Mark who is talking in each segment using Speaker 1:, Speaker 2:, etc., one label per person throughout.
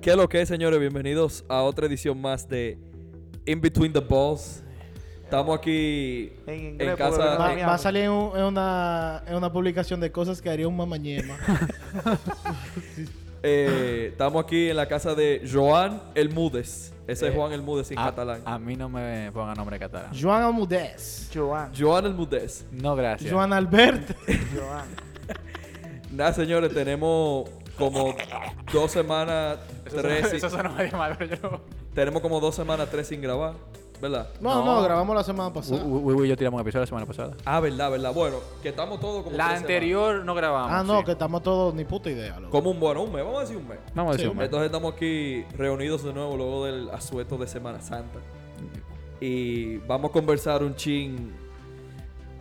Speaker 1: ¿Qué es lo que es, señores? Bienvenidos a otra edición más de In Between the Balls. Estamos aquí
Speaker 2: En
Speaker 1: en,
Speaker 2: inglés,
Speaker 1: casa.
Speaker 2: porque
Speaker 3: Va,
Speaker 2: no-
Speaker 3: va a salir en, un- en una, en una publicación de cosas que haría un mamañema.
Speaker 1: eh, estamos aquí en la casa de Joan Elmudes. Ese es
Speaker 3: Eh,
Speaker 1: Juan Elmudes en
Speaker 4: a,
Speaker 1: catalán.
Speaker 4: a mí no me ponga nombre catalán.
Speaker 3: Joan Amudez.
Speaker 2: Joan,
Speaker 1: Joan Elmudes.
Speaker 4: No, gracias.
Speaker 3: Joan Albert.
Speaker 2: Joan.
Speaker 1: Nada, señores, tenemos como dos semanas,
Speaker 4: Eso suena-
Speaker 1: tres. sin-
Speaker 4: Eso suena medio mal, pero yo...
Speaker 1: tenemos como dos semanas, tres sin grabar, ¿verdad?
Speaker 3: No, no,
Speaker 4: No.
Speaker 3: grabamos la semana pasada.
Speaker 4: Uy, uy, yo tiramos un episodio la semana pasada.
Speaker 1: Ah, verdad, verdad. Bueno, que estamos todos como.
Speaker 4: La
Speaker 1: tres
Speaker 4: anterior no grabamos.
Speaker 3: ah, no,
Speaker 4: sí.
Speaker 3: que estamos todos ni puta idea.
Speaker 1: semanas.
Speaker 3: loco.
Speaker 1: Como un bueno, un mes, vamos a decir un mes.
Speaker 4: Vamos a decir
Speaker 3: Sí,
Speaker 4: un mes.
Speaker 1: Entonces estamos aquí reunidos de nuevo luego del asueto de Semana Santa. Y vamos a conversar un chin.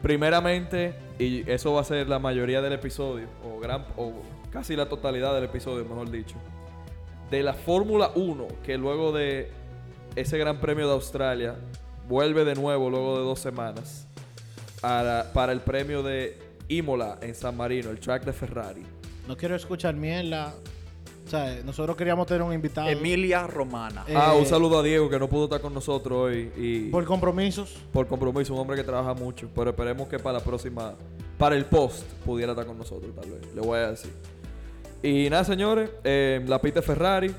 Speaker 1: Primeramente, y eso va a ser la mayoría del episodio, o, gran, o casi la totalidad del episodio, mejor dicho, de la Fórmula 1, que luego de ese Gran Premio de Australia, vuelve de nuevo luego de dos semanas a la- para el premio de Imola en San Marino, el track de Ferrari.
Speaker 3: No quiero escuchar mierda. O sea, nosotros queríamos tener un invitado.
Speaker 4: Emilia Romana.
Speaker 3: Eh,
Speaker 1: Ah, un saludo a Diego que no pudo estar con nosotros hoy y
Speaker 3: Por
Speaker 1: por,
Speaker 3: compromisos.
Speaker 1: compromiso, un hombre que trabaja mucho, pero esperemos que para la próxima, para el post, pudiera estar con nosotros tal vez, le voy a decir. Y nada, señores, eh, la pista de Ferrari,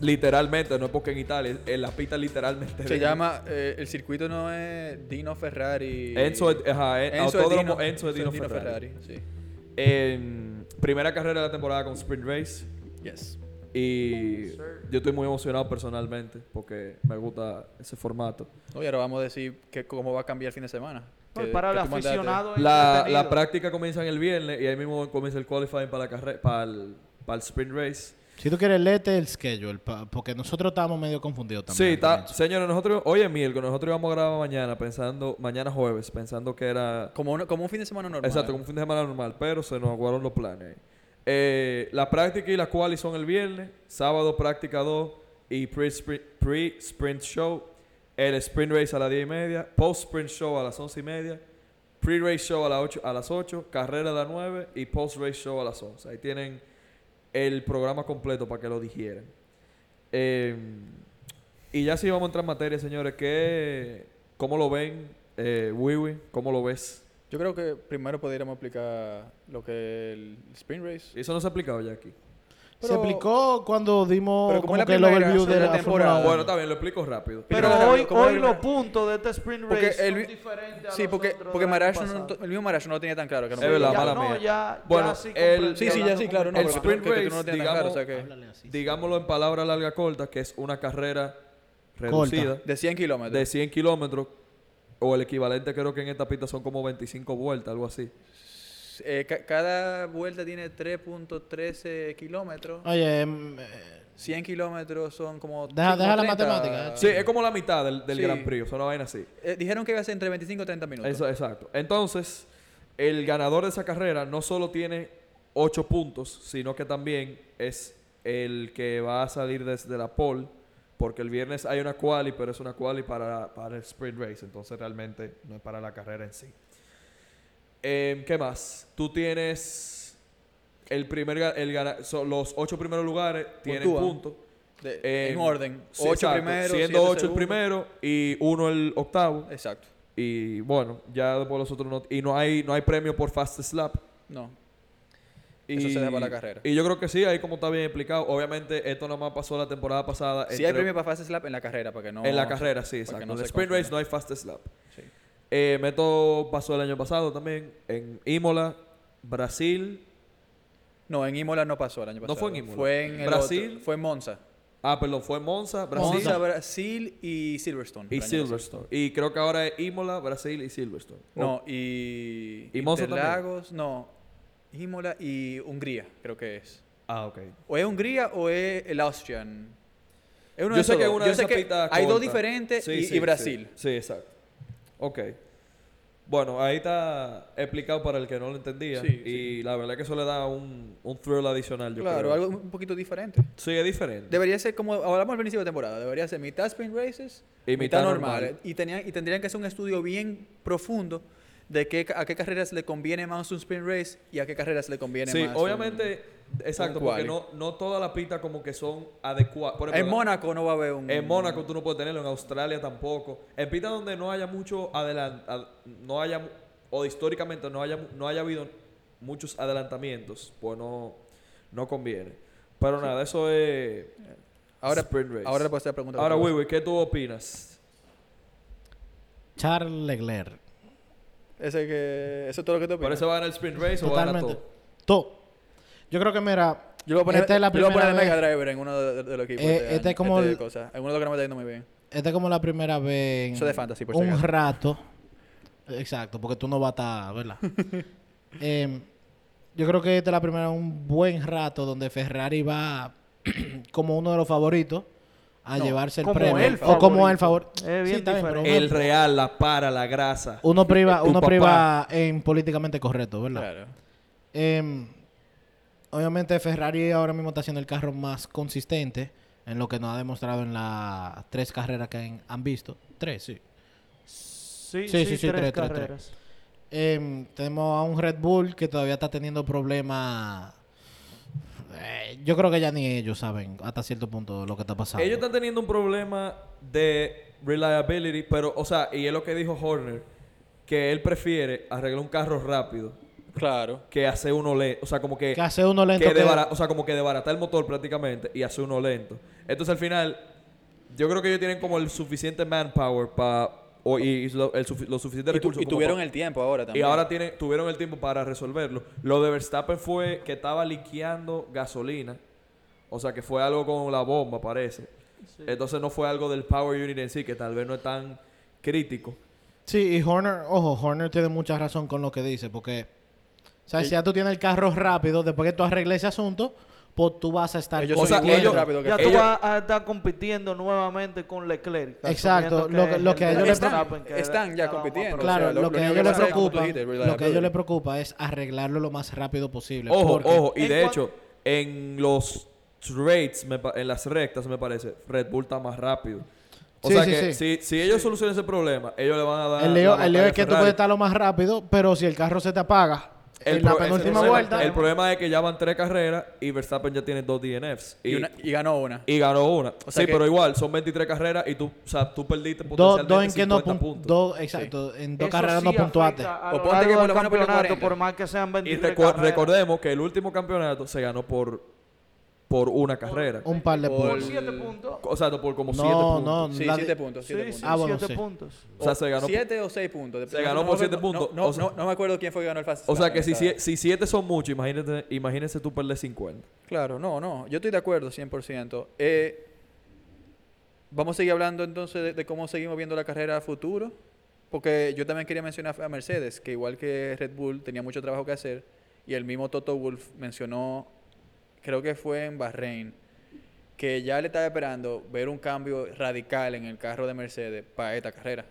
Speaker 1: literalmente, no es porque en Italia, en la pista literalmente.
Speaker 5: Se
Speaker 1: de-
Speaker 5: llama, eh, el circuito no es Dino Ferrari.
Speaker 1: Enzo, eh, ajá, eh,
Speaker 5: Enzo
Speaker 1: Autódromo
Speaker 5: Edino-
Speaker 1: Enzo Edino
Speaker 5: Edino
Speaker 1: Ferrari.
Speaker 5: sí.
Speaker 1: En primera carrera de la temporada con Sprint Race
Speaker 5: Yes.
Speaker 1: y yo estoy muy emocionado personalmente porque me gusta ese formato.
Speaker 5: No, y ahora vamos a decir que cómo va a cambiar el fin de semana.
Speaker 2: No,
Speaker 5: Que-
Speaker 2: Pues para
Speaker 5: que
Speaker 2: el
Speaker 5: tú mandaste.
Speaker 2: aficionado.
Speaker 1: La,
Speaker 2: entretenido.
Speaker 1: la práctica comienza en el viernes y ahí mismo comienza el qualifying para la carrera para el, para el sprint race.
Speaker 3: Si tú quieres, léete el schedule. pa- porque nosotros estábamos medio confundidos también.
Speaker 1: sí,
Speaker 3: al
Speaker 1: está,
Speaker 3: comienzo.
Speaker 1: señores, nosotros, oye, Mirko, nosotros íbamos a grabar mañana pensando, mañana jueves, pensando que era
Speaker 5: Como un, como un fin de semana normal.
Speaker 1: exacto, como un fin de semana normal, pero se nos aguaron los planes. ahí. Eh, la práctica y la quali son el viernes, sábado práctica 2 y pre-sprint pre-sprint show, el sprint race a las 10 y media, post-sprint show a las 11 y media, pre-race show a las 8, a las 8 carrera de las 9 y post-race show a las 11. Ahí tienen el programa completo para que lo digieran. Eh, y ya sí vamos a entrar en materia, señores. ¿Qué, ¿Cómo lo ven, eh, Wiwi? ¿Cómo lo ves?
Speaker 5: Yo creo que primero podríamos explicar lo que es el Spring Race.
Speaker 1: Eso no se ha aplicado ya aquí.
Speaker 3: Se
Speaker 5: pero-
Speaker 3: explicó cuando dimos
Speaker 5: pero como
Speaker 3: como
Speaker 5: es la
Speaker 3: que el
Speaker 5: primera,
Speaker 3: overview de
Speaker 5: segunda
Speaker 3: la
Speaker 5: temporada.
Speaker 3: Fórmula
Speaker 1: Bueno,
Speaker 3: Bueno,
Speaker 1: está bien, lo explico rápido.
Speaker 2: Pero
Speaker 5: Primero,
Speaker 2: hoy,
Speaker 5: como
Speaker 2: hoy
Speaker 5: el-
Speaker 2: los puntos de este sprint race
Speaker 5: Porque el
Speaker 2: son
Speaker 5: vi-
Speaker 2: diferentes a
Speaker 5: Sí,
Speaker 2: los
Speaker 5: porque,
Speaker 2: otros del
Speaker 5: porque
Speaker 2: año
Speaker 5: Marash no-
Speaker 2: pasado.
Speaker 5: to- el mismo Marash no lo tenía tan claro. Que no
Speaker 1: Es
Speaker 5: podía-
Speaker 1: verdad,
Speaker 2: ya,
Speaker 1: mala
Speaker 2: no,
Speaker 1: mía.
Speaker 2: ya- ya
Speaker 1: Bueno,
Speaker 2: sí
Speaker 1: el-
Speaker 2: comprendí.
Speaker 5: Sí, sí, ya sí, claro. No,
Speaker 1: El
Speaker 5: pero tú-
Speaker 1: sprint
Speaker 5: que- que tú no
Speaker 1: race,
Speaker 5: lo tenías tan claro, o sea
Speaker 1: digamos-
Speaker 5: que-
Speaker 1: Digámoslo en palabras larga corta, que es una carrera
Speaker 3: Corta.
Speaker 1: reducida
Speaker 5: de 100 kilómetros.
Speaker 1: de 100 kilómetros. O el equivalente, creo que en esta pista son como 25 vueltas, algo así.
Speaker 5: Eh, ca- cada vuelta tiene 3.13 kilómetros.
Speaker 1: Ah.
Speaker 3: Oye, em, eh,
Speaker 5: 100 kilómetros son como.
Speaker 3: Deja-
Speaker 5: como
Speaker 3: deja la
Speaker 5: 30.
Speaker 3: matemática, eh.
Speaker 1: Sí, es como la mitad del, del
Speaker 5: Ah. Sí.
Speaker 1: Gran Prix, o sea, una vaina así.
Speaker 5: Eh, dijeron que iba a ser entre 25 y 30 minutos.
Speaker 1: Eso, exacto. Entonces, el ganador de esa carrera no solo tiene 8 puntos, sino que también es el que va a salir desde la pole, porque el viernes hay una quali, pero es una quali para, para el sprint race, entonces realmente no es para la carrera en sí. Em, ¿Qué más? Tú tienes el primer, ga- el gana- so- los 8 primeros lugares tienen
Speaker 5: Puntúan.
Speaker 1: puntos.
Speaker 5: De-
Speaker 1: Eh,
Speaker 5: en orden.
Speaker 1: Sí,
Speaker 5: 8
Speaker 1: exacto.
Speaker 5: primero.
Speaker 1: Siendo 8 el primero y 1 el octavo.
Speaker 5: Exacto.
Speaker 1: Y bueno, ya después los otros no. Y no hay, no hay premio por fast slap.
Speaker 5: No.
Speaker 1: Y,
Speaker 5: Eso se deja para la carrera.
Speaker 1: Y yo creo que sí, ahí como está bien explicado. Obviamente, esto nada más pasó la temporada pasada.
Speaker 5: Si hay
Speaker 1: entre-
Speaker 5: premio para fast slap en la carrera, para que no.
Speaker 1: en la carrera, sí,
Speaker 5: para
Speaker 1: exacto.
Speaker 5: que
Speaker 1: En
Speaker 5: no
Speaker 1: el
Speaker 5: se
Speaker 1: sprint race
Speaker 5: confunda.
Speaker 1: no hay fast slap.
Speaker 5: Sí.
Speaker 1: Eh, Meto pasó el año pasado también. En Imola, Brasil.
Speaker 5: No, en Imola no pasó el año
Speaker 1: No
Speaker 5: pasado.
Speaker 1: fue en Imola.
Speaker 5: Fue en el
Speaker 1: Brasil.
Speaker 5: otro- fue en Monza.
Speaker 1: Ah, perdón, fue Monza, Brasil
Speaker 5: Brasil, Monza, Brasil y Silverstone.
Speaker 1: y
Speaker 5: el año pasado.
Speaker 1: Silverstone. Y creo que ahora es Imola, Brasil y Silverstone. Oh,
Speaker 5: No, y.
Speaker 1: ¿Y Monza también?
Speaker 5: Interlagos, no. Imola y Hungría, creo que es.
Speaker 1: Ah, ok.
Speaker 5: O es Hungría o es el Austrian. Es uno
Speaker 1: Yo
Speaker 5: de
Speaker 1: sé
Speaker 5: esos
Speaker 1: que
Speaker 5: dos.
Speaker 1: una
Speaker 5: Yo
Speaker 1: de
Speaker 5: sé
Speaker 1: esas
Speaker 5: que
Speaker 1: pistas
Speaker 5: Hay dos
Speaker 1: cortas.
Speaker 5: diferentes
Speaker 1: Sí,
Speaker 5: y,
Speaker 1: sí,
Speaker 5: y Brasil.
Speaker 1: Sí, sí, exacto. Ok. Bueno, ahí está explicado para el que no lo entendía.
Speaker 5: Sí,
Speaker 1: y la verdad que eso le da un, un thrill adicional, yo
Speaker 5: Claro,
Speaker 1: creo.
Speaker 5: algo un poquito diferente.
Speaker 1: Sí, es diferente.
Speaker 5: Debería ser como hablamos al principio de temporada, debería ser mitad sprint races
Speaker 1: Y mitad normal.
Speaker 5: normales. Y, tenían, y tendrían que hacer un estudio bien profundo de qué, ca- a qué carreras le conviene más un sprint race y a qué carreras le conviene
Speaker 1: sí,
Speaker 5: más. un-
Speaker 1: obviamente Exacto,
Speaker 5: un
Speaker 1: porque
Speaker 5: quali.
Speaker 1: no, no todas las pistas como que son adecuadas. Por
Speaker 4: En
Speaker 1: ejemplo, la-
Speaker 4: Mónaco no va a haber un.
Speaker 1: en Mónaco tú no puedes tenerlo, en Australia tampoco. En pistas donde no haya mucho adelante, no haya, mu- o históricamente no haya, mu- no haya habido muchos adelantamientos, pues no, no conviene. Pero nada, eso es
Speaker 5: Ahora,
Speaker 1: Sprint Race.
Speaker 5: ahora le pasé la pregunta.
Speaker 1: Ahora, Wiwi, ¿qué tú opinas?
Speaker 3: Charles Leclerc.
Speaker 5: Ese que, eso es todo lo que te
Speaker 1: ¿Por
Speaker 5: opinas.
Speaker 1: eso va a ganar el Sprint Race o va a ganar
Speaker 3: Totalmente.
Speaker 1: todo?
Speaker 3: Todo. Yo creo que, mira,
Speaker 5: Yo lo voy a poner,
Speaker 3: Esta es la
Speaker 5: yo lo voy a poner de
Speaker 3: primera
Speaker 5: Mega Driver en uno de, de- de los equipos.
Speaker 3: Eh,
Speaker 5: este
Speaker 3: este
Speaker 5: año,
Speaker 3: es como
Speaker 5: este de
Speaker 3: el-
Speaker 5: cosas. En uno de los que no me está yendo muy bien.
Speaker 3: esta es como la primera vez en
Speaker 5: Eso de fantasy, por si
Speaker 3: un
Speaker 5: acaso.
Speaker 3: rato. Exacto, porque tú no vas a estar, ¿verdad? Em, yo creo que esta es la primera un buen rato donde Ferrari va como uno de los favoritos a
Speaker 2: No,
Speaker 3: llevarse el
Speaker 2: como
Speaker 3: premio.
Speaker 2: el
Speaker 3: o como
Speaker 2: favorito.
Speaker 3: el favor.
Speaker 2: Es bien
Speaker 3: está bien, pero
Speaker 2: diferente.
Speaker 3: uno-
Speaker 1: El Real, la para, la grasa.
Speaker 3: Uno priva,
Speaker 1: Tu
Speaker 3: uno
Speaker 1: papá.
Speaker 3: priva en políticamente correcto, ¿verdad?
Speaker 5: Claro.
Speaker 3: Em, obviamente Ferrari ahora mismo está siendo el carro más consistente en lo que nos ha demostrado en las tres carreras que han, han visto. Tres, sí.
Speaker 2: Sí,
Speaker 3: Sí,
Speaker 2: sí,
Speaker 3: sí, sí,
Speaker 2: tres
Speaker 3: tres, tres, tres.
Speaker 2: carreras.
Speaker 3: Em, tenemos a un Red Bull que todavía está teniendo problemas. Eh, yo creo que ya ni ellos saben hasta cierto punto lo que está pasando.
Speaker 1: Ellos están teniendo un problema de reliability, pero, o sea, y es lo que dijo Horner, que él prefiere arreglar un carro rápido
Speaker 5: Claro.
Speaker 1: que hacer uno lento. O sea, como que,
Speaker 3: que hace uno
Speaker 1: que
Speaker 3: lento. que-
Speaker 1: debara- o sea, como que desbaratar el motor prácticamente y hacer uno lento. Entonces, al final, yo creo que ellos tienen como el suficiente manpower para... Y, y lo, el sufi- los suficientes
Speaker 5: Y, tu-
Speaker 1: recursos.
Speaker 5: y
Speaker 1: como
Speaker 5: tuvieron
Speaker 1: pa-
Speaker 5: el tiempo ahora también.
Speaker 1: Y ahora tienen, tuvieron el tiempo para resolverlo. Lo de Verstappen fue que estaba liqueando gasolina. O sea, que fue algo con la bomba, parece. Entonces no fue algo del Power Unit en sí, que tal vez no es tan crítico.
Speaker 3: Sí, y Horner, ojo, Horner tiene mucha razón con lo que dice, porque, o sea, si ya tú tienes el carro rápido, después que tú arregles ese asunento, pues tú vas a estar...
Speaker 5: Ellos
Speaker 1: o
Speaker 5: son
Speaker 1: sea,
Speaker 5: igual de
Speaker 1: ellos-
Speaker 5: rápido que
Speaker 2: Ya tú
Speaker 1: ellos-
Speaker 2: vas a estar compitiendo nuevamente con Leclerc.
Speaker 3: Exacto,
Speaker 2: asumiendo
Speaker 3: lo que- lo
Speaker 2: es
Speaker 3: que
Speaker 2: el
Speaker 3: a ellos
Speaker 2: de
Speaker 3: le-
Speaker 2: Verstappen, que
Speaker 5: están ya
Speaker 2: lo vamos a
Speaker 5: compitiendo.
Speaker 2: probar.
Speaker 3: Claro,
Speaker 5: o sea,
Speaker 3: lo,
Speaker 5: lo- lo
Speaker 3: que a
Speaker 5: único
Speaker 3: ellos
Speaker 5: que
Speaker 3: le
Speaker 5: saben es como tú
Speaker 3: preocupa,
Speaker 5: dijiste,
Speaker 3: lo que a ellos
Speaker 5: reliability.
Speaker 3: le preocupa es arreglarlo lo más rápido posible.
Speaker 1: Ojo,
Speaker 3: porque-
Speaker 1: ojo. Y
Speaker 2: En
Speaker 1: de
Speaker 2: cuan-
Speaker 1: hecho, en los rates, me pa- en las rectas, me parece, Red Bull está más rápido. O
Speaker 3: Sí,
Speaker 1: sea
Speaker 3: sí,
Speaker 1: que
Speaker 3: sí.
Speaker 1: si, si ellos solucionan ese problema, ellos le van a dar.
Speaker 3: El lío,
Speaker 1: la
Speaker 3: el lío
Speaker 1: batalla
Speaker 3: es que
Speaker 1: a
Speaker 3: tú
Speaker 1: Ferrari.
Speaker 3: puedes estar lo más rápido, pero si el carro se te apaga en la
Speaker 1: pro-
Speaker 3: penúltima
Speaker 1: problema-
Speaker 3: vuelta,
Speaker 1: El problema es que ya van tres carreras y Verstappen ya tiene dos DNFs.
Speaker 5: Y, una- y ganó una.
Speaker 1: Y ganó una.
Speaker 5: O sea
Speaker 1: sí,
Speaker 5: que-
Speaker 1: pero igual, son 23 carreras y tú, o sea, tú perdiste
Speaker 3: dos
Speaker 1: potencialmente
Speaker 3: dos en que no
Speaker 1: 50
Speaker 3: pun-
Speaker 1: puntos.
Speaker 3: dos- exacto, en dos
Speaker 2: Eso
Speaker 3: carreras
Speaker 2: sí
Speaker 3: no
Speaker 2: afecta
Speaker 3: puntuaste.
Speaker 2: a
Speaker 5: O
Speaker 2: lo
Speaker 5: ponte
Speaker 2: largo
Speaker 5: que por
Speaker 2: del
Speaker 5: lo menos perdió
Speaker 2: campeonato,
Speaker 5: 40.
Speaker 2: por más que sean
Speaker 1: y
Speaker 2: 23
Speaker 1: recu-
Speaker 2: carreras.
Speaker 1: recordemos que el último campeonato se ganó por, por una carrera.
Speaker 3: Un par de
Speaker 5: Por-
Speaker 2: Por
Speaker 3: puntos.
Speaker 2: 7 puntos.
Speaker 1: O sea, por como 7
Speaker 3: No,
Speaker 1: puntos.
Speaker 3: no,
Speaker 5: Sí,
Speaker 3: la
Speaker 5: siete
Speaker 3: de-
Speaker 5: puntos.
Speaker 2: Sí, sí,
Speaker 5: Siete puntos.
Speaker 3: Ah, bueno,
Speaker 2: 7
Speaker 3: sí.
Speaker 2: puntos.
Speaker 1: O sea, se ganó por-
Speaker 5: Siete o seis puntos.
Speaker 1: Se ganó por siete
Speaker 5: me-
Speaker 1: puntos.
Speaker 5: No,
Speaker 1: O sea-
Speaker 5: no, no me acuerdo quién fue que ganó el fast.
Speaker 1: O sea,
Speaker 5: lap,
Speaker 1: que si
Speaker 5: esta-
Speaker 1: 7 son muchos, imagínate, imagínese tú perder 50.
Speaker 5: Claro, no, no. Yo estoy de acuerdo 100%. Eh, vamos a seguir hablando entonces de, de cómo seguimos viendo la carrera a futuro. Porque yo también quería mencionar a Mercedes, que igual que Red Bull tenía mucho trabajo que hacer. Y el mismo Toto Wolf mencionó, creo que fue en Bahrein, que ya le estaba esperando ver un cambio radical en el carro de Mercedes para esta carrera.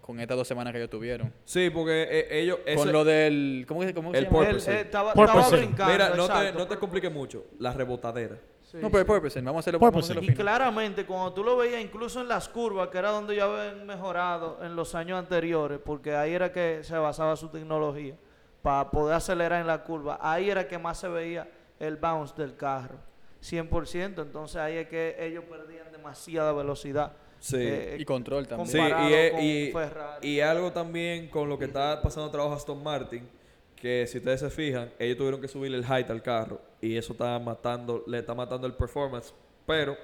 Speaker 5: Con estas dos semanas que ellos tuvieron.
Speaker 1: Sí, porque eh, ellos. eso-
Speaker 5: Con lo del. ¿Cómo, que- cómo que
Speaker 1: El
Speaker 5: se
Speaker 1: por-
Speaker 5: llama?
Speaker 2: Él,
Speaker 1: Purposing.
Speaker 2: eh, estaba,
Speaker 3: Purposing.
Speaker 2: estaba brincando.
Speaker 1: mira, no te,
Speaker 2: exacto.
Speaker 1: no te compliques mucho. La rebotadera.
Speaker 2: Sí,
Speaker 5: No, pero el
Speaker 2: sí.
Speaker 5: purposing. Vamos a hacerlo, vamos a
Speaker 3: Purposing.
Speaker 5: hacerlo
Speaker 2: Y
Speaker 5: fino.
Speaker 2: claramente, cuando tú lo veías incluso en las curvas, que era donde ya habían mejorado en los años anteriores, porque ahí era que se basaba su tecnología para poder acelerar en la curva, ahí era que más se veía el bounce del carro, 100%, entonces ahí es que ellos perdían demasiada velocidad.
Speaker 1: Sí.
Speaker 2: Eh,
Speaker 5: Y control también.
Speaker 1: Sí,
Speaker 2: comparado
Speaker 1: y, es-
Speaker 2: con
Speaker 1: y-
Speaker 2: Ferrari.
Speaker 1: y algo también con lo que está pasando trabajo Aston Martin, que si ustedes se fijan, ellos tuvieron que subir el height al carro y eso está matando, le está matando el performance, pero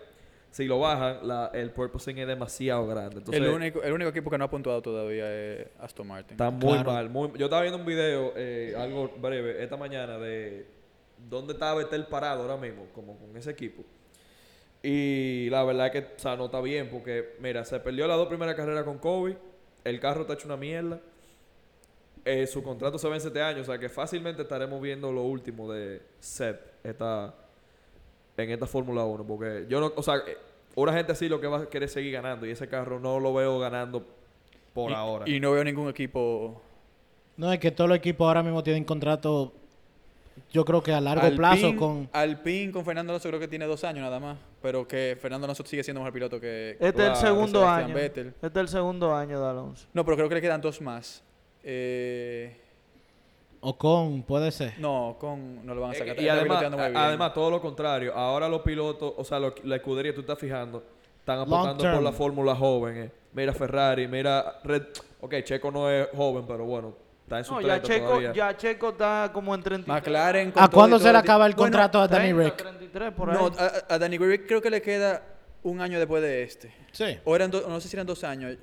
Speaker 1: si lo bajan, la- el purposing es demasiado grande. Entonces,
Speaker 5: el, único, el único equipo que no ha puntuado todavía es Aston Martin.
Speaker 1: está muy
Speaker 3: Claro.
Speaker 1: mal. muy- yo estaba viendo un video, eh, algo breve, esta mañana de dónde estaba Betel parado ahora mismo, como con ese equipo. Y la verdad que, o sea, no está bien porque, mira, se perdió las dos primeras carreras con Kobe. El carro está hecho una mierda. eh, su contrato se ve en 7 años. O sea, que fácilmente estaremos viendo lo último de Seth esta, en esta Fórmula 1. Porque yo no... O sea, eh, una gente así lo que va a querer es seguir ganando. Y ese carro no lo veo ganando por
Speaker 5: y,
Speaker 1: ahora.
Speaker 5: Y no veo ningún equipo.
Speaker 3: No, es que todos los equipos ahora mismo tienen contrato, yo creo que a largo plazo con...
Speaker 5: Alpine con Fernando Alonso creo que tiene dos años nada más. Pero que Fernando Alonso sigue siendo mejor piloto que.
Speaker 2: este es el
Speaker 5: que
Speaker 2: segundo
Speaker 5: Sebastián
Speaker 2: año.
Speaker 5: Vettel.
Speaker 2: Este es el segundo año de Alonso.
Speaker 5: No, pero creo que le quedan dos más. Eh,
Speaker 3: Ocon, puede ser.
Speaker 5: No, con, no lo van a sacar.
Speaker 1: Eh, Y
Speaker 5: Esa
Speaker 1: además,
Speaker 5: velocidad no va
Speaker 1: a-
Speaker 5: bien.
Speaker 1: además, todo lo contrario. Ahora los pilotos, o sea, lo- la escudería, tú estás fijando, están
Speaker 3: Long
Speaker 1: apostando por
Speaker 3: term.
Speaker 1: la fórmula joven. eh. Mira Ferrari, mira Red... Ok, Checo no es joven, pero bueno, está en su
Speaker 2: No, ya
Speaker 1: 30
Speaker 2: Checo,
Speaker 1: todavía.
Speaker 2: ya Checo está como en 33.
Speaker 5: McLaren. con
Speaker 3: ¿A
Speaker 5: todo
Speaker 3: cuándo
Speaker 5: y
Speaker 3: se
Speaker 5: todo
Speaker 3: le
Speaker 5: el ti-
Speaker 3: acaba el
Speaker 5: Bueno,
Speaker 3: contrato a Danny
Speaker 2: 30,
Speaker 3: Rick?
Speaker 2: 33 por ahí.
Speaker 5: No, a, a Danny Rick creo que le queda un año después de este.
Speaker 3: Sí.
Speaker 5: O eran dos, no sé si eran dos años.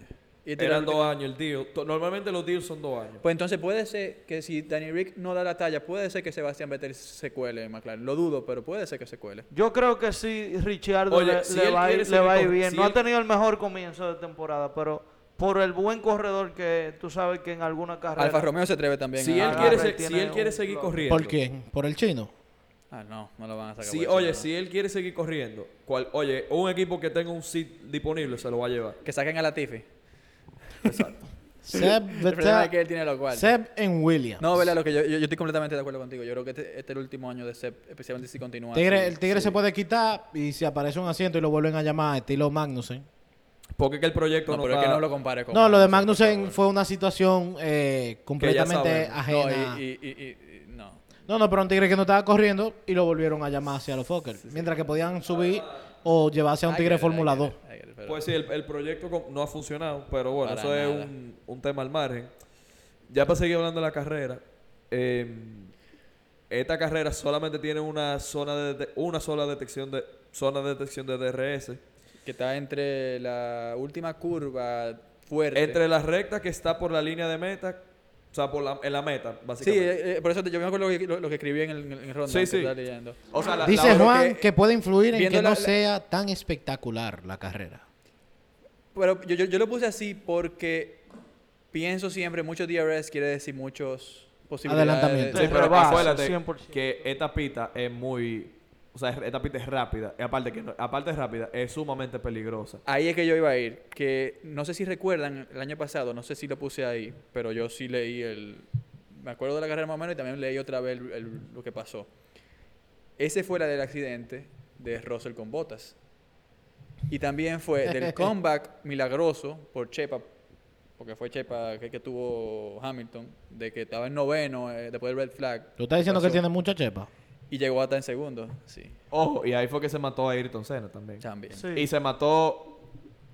Speaker 5: Y este era
Speaker 1: Eran
Speaker 5: el
Speaker 1: dos
Speaker 5: último.
Speaker 1: años el deal. To- Normalmente los deals son dos años.
Speaker 5: Pues entonces puede ser que si Danny Rick no da la talla, puede ser que Sebastián Vettel se cuele en McLaren. Lo dudo, pero puede ser que se cuele.
Speaker 2: Yo creo que sí, Richardo
Speaker 1: Oye,
Speaker 2: le,
Speaker 1: si
Speaker 2: le
Speaker 1: él
Speaker 2: va a ir,
Speaker 1: quiere
Speaker 2: le
Speaker 1: seguir
Speaker 2: va a ir
Speaker 1: con-
Speaker 2: bien.
Speaker 1: si
Speaker 2: no
Speaker 1: él-
Speaker 2: ha tenido el mejor comienzo de temporada, pero por el buen corredor que tú sabes que en alguna carrera.
Speaker 5: Alfa Romeo se atreve también.
Speaker 1: Si
Speaker 5: a-
Speaker 1: él quiere,
Speaker 2: Agarra y
Speaker 1: se- si
Speaker 2: tiene
Speaker 1: él quiere
Speaker 2: un
Speaker 1: seguir
Speaker 2: flow.
Speaker 1: corriendo.
Speaker 3: ¿Por quién? ¿Por el chino?
Speaker 5: Ah, no, no lo van a sacar. pues,
Speaker 1: Si,
Speaker 5: por eso,
Speaker 1: oye,
Speaker 5: no.
Speaker 1: si él quiere seguir corriendo, cual, oye, un equipo que tenga un seat disponible se lo va a llevar.
Speaker 5: Que saquen a Latifi.
Speaker 3: Seb,
Speaker 5: El problema es que
Speaker 3: Vettel,
Speaker 5: él tiene los cuartos.
Speaker 3: Seb en Williams.
Speaker 5: No, vela, lo que yo, yo, yo estoy completamente de acuerdo contigo. Yo creo que este, este es el último año de Seb, especialmente si continúa.
Speaker 3: Tigre,
Speaker 5: así.
Speaker 3: el Tigre se puede quitar y si aparece un asiento y lo vuelven a llamar estilo Magnussen.
Speaker 1: Porque es que el proyecto
Speaker 5: No,
Speaker 1: no,
Speaker 5: pero es
Speaker 1: está-
Speaker 5: que no lo compare con.
Speaker 3: No, lo de
Speaker 5: Magnussen, por
Speaker 3: Magnussen fue una situación eh,
Speaker 1: sabemos.
Speaker 3: completamente
Speaker 5: favor.
Speaker 3: ajena.
Speaker 5: No, y, y- y- y- no.
Speaker 3: No, no, pero un tigre que no estaba corriendo y lo volvieron a llamar hacia los Fokker. Mientras que podían subir o llevarse a un
Speaker 5: I
Speaker 3: tigre
Speaker 5: get it, I
Speaker 3: Fórmula
Speaker 5: get
Speaker 3: 2.
Speaker 5: it, I get it, pero-
Speaker 1: Pues sí, el, el proyecto com- no ha funcionado, pero bueno,
Speaker 5: Para
Speaker 1: eso
Speaker 5: nada.
Speaker 1: es un, un tema al margen. Ya para seguir hablando de la carrera, eh, esta carrera solamente tiene una zona de, de- una sola detección de zona de detección de DRS.
Speaker 5: que está entre la última curva fuerte.
Speaker 1: Entre la recta que está por la línea de meta, o sea, por la, en la meta,
Speaker 5: Sí,
Speaker 1: básicamente.
Speaker 5: eh, eh, por eso te- yo me acuerdo lo que, lo, lo que escribí en el, en el ronda
Speaker 1: Sí,
Speaker 5: que
Speaker 1: sí.
Speaker 5: estaba leyendo.
Speaker 1: o sea, la-
Speaker 3: Dice
Speaker 1: la-
Speaker 3: Juan
Speaker 5: que-
Speaker 3: que, puede influir en
Speaker 5: viendo
Speaker 3: que no
Speaker 5: la- la-
Speaker 3: sea tan espectacular la carrera.
Speaker 5: Pero yo, yo, yo lo puse así porque pienso siempre, muchos DRS quiere decir muchos posibilidades.
Speaker 3: Adelantamiento.
Speaker 5: de-
Speaker 1: Sí,
Speaker 2: de
Speaker 1: pero
Speaker 2: rebasa,
Speaker 1: acuérdate
Speaker 2: 100%.
Speaker 1: que esta pita es muy... O sea, esta pita es rápida. Y aparte, que no- aparte es rápida, es sumamente peligrosa.
Speaker 5: Ahí es que yo iba a ir, que no sé si recuerdan el año pasado, no sé si lo puse ahí, pero yo sí leí el... Me acuerdo de la carrera más o menos y también leí otra vez el- el- lo que pasó. Ese fue la del accidente de Russell con Botas. Y también fue del comeback milagroso por Chepa, porque fue Chepa que, que tuvo Hamilton, de que estaba en noveno eh, después del red flag.
Speaker 3: ¿Tú estás diciendo que
Speaker 5: Pasó.
Speaker 3: él tiene mucha chepa?
Speaker 5: Y llegó hasta en segundo, sí,
Speaker 1: Ojo, y ahí fue que se mató a Ayrton Senna también.
Speaker 5: también.
Speaker 2: Sí.
Speaker 1: Y se mató,